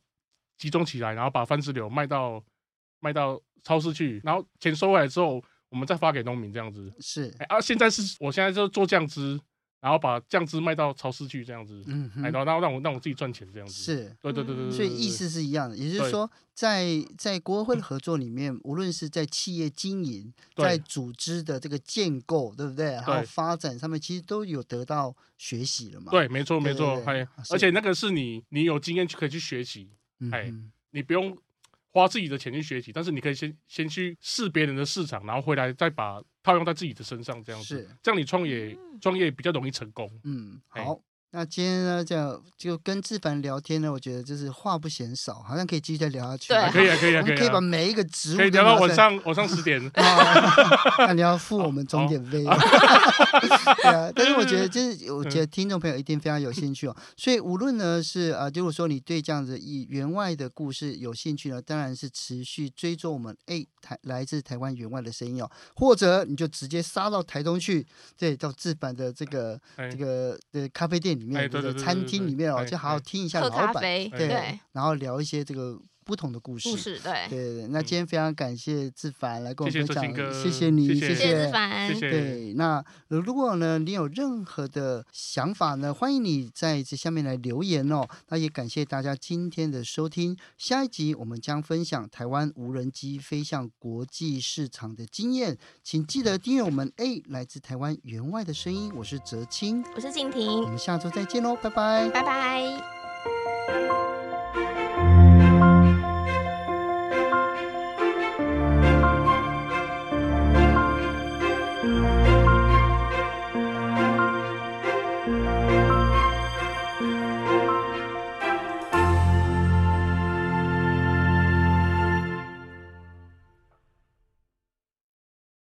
[SPEAKER 3] 集中起来，然后把番石榴卖到卖到超市去，然后钱收回来之后，我们再发给农民这样子。
[SPEAKER 1] 是，
[SPEAKER 3] 哎，啊，现在是我现在就做酱汁，然后把酱汁卖到超市去这样子，
[SPEAKER 1] 嗯
[SPEAKER 3] 哎，然
[SPEAKER 1] 哼，
[SPEAKER 3] 后让让我让我自己赚钱这样子。
[SPEAKER 1] 是。
[SPEAKER 3] 对对对对对，
[SPEAKER 1] 所以
[SPEAKER 3] 对
[SPEAKER 1] 意
[SPEAKER 3] 对
[SPEAKER 1] 思是一样的，也就是
[SPEAKER 3] 对嗯
[SPEAKER 1] 说，在在国会的合作里面，无论是在企业经营、
[SPEAKER 3] 对
[SPEAKER 1] 在组织的这个建构，对不对？还有
[SPEAKER 3] 对
[SPEAKER 1] 发展上面，其实都有得到学习了嘛。，
[SPEAKER 3] 对，没错
[SPEAKER 1] 对
[SPEAKER 3] 没错
[SPEAKER 1] 对，对
[SPEAKER 3] 哎
[SPEAKER 1] 啊，是
[SPEAKER 3] 而且那个是你你有经验去可以去学习，
[SPEAKER 1] 嗯
[SPEAKER 3] 哎
[SPEAKER 1] 哼，
[SPEAKER 3] 你不用花自己的钱去学习，但是你可以先先去试别人的市场，然后回来再把套用在自己的身上，这样子
[SPEAKER 1] 是，
[SPEAKER 3] 这样你创业
[SPEAKER 2] 嗯
[SPEAKER 3] 创业比较容易成功。
[SPEAKER 1] 嗯，
[SPEAKER 3] 哎
[SPEAKER 1] 好。那今天呢，这样就跟志凡聊天呢，我觉得就是话不嫌少，好像可以继续再聊下去。
[SPEAKER 2] 对
[SPEAKER 3] 啊可以啊，可以啊，
[SPEAKER 1] *laughs* 我
[SPEAKER 3] 可
[SPEAKER 1] 们
[SPEAKER 3] 以
[SPEAKER 1] 可以
[SPEAKER 3] 啊
[SPEAKER 1] 把，每一个植物
[SPEAKER 3] 可以
[SPEAKER 1] 都
[SPEAKER 3] 聊到
[SPEAKER 1] 拿
[SPEAKER 3] 晚
[SPEAKER 1] 出来 *laughs*
[SPEAKER 3] 上晚上十点。
[SPEAKER 1] 啊，那你要付我们钟点
[SPEAKER 3] *laughs*
[SPEAKER 1] 费哦。对啊，但是我觉得
[SPEAKER 3] 嗯
[SPEAKER 1] 就是，我觉得听众朋友一定非常有兴趣哦。所以无论呢是啊，如果说你对这样子以员外的故事有兴趣呢，当然是持续追踪我们哎台来自台湾员外的声音哦，或者你就直接杀到台东去，对，到自版的这个
[SPEAKER 3] 哎
[SPEAKER 1] 这个的咖啡店里面，
[SPEAKER 3] 哎
[SPEAKER 1] 对
[SPEAKER 3] 对
[SPEAKER 1] 不
[SPEAKER 3] 对对对
[SPEAKER 1] 餐厅里面哦，
[SPEAKER 3] 对对
[SPEAKER 1] 就好好
[SPEAKER 3] 哎
[SPEAKER 1] 听一下
[SPEAKER 2] 喝
[SPEAKER 1] 老
[SPEAKER 2] 咖
[SPEAKER 1] 板，
[SPEAKER 2] 啡，
[SPEAKER 3] 哎
[SPEAKER 2] 对，
[SPEAKER 1] 然后聊一些这个不同的故事
[SPEAKER 2] 故。事，对，
[SPEAKER 1] 对对对，那今天非常感谢志凡来跟我
[SPEAKER 3] 嗯谢
[SPEAKER 1] 们
[SPEAKER 3] 谢
[SPEAKER 1] 分享
[SPEAKER 3] 哲青，哥
[SPEAKER 1] 谢你，
[SPEAKER 3] 谢谢
[SPEAKER 2] 谢谢志凡
[SPEAKER 3] 谢，谢，
[SPEAKER 1] 哎对，那呃如果呢，你有任何的想法呢，欢迎你在这下面来留言哦。那也感谢大家今天的收听，下一集我们将分享台湾无人机飞向国际市场的经验，请记得订阅我们 A 来自台湾员外的声音，我是哲青，
[SPEAKER 2] 我是静
[SPEAKER 1] 我
[SPEAKER 2] 婷，
[SPEAKER 1] 们下周再见喽，拜拜。
[SPEAKER 2] 拜拜。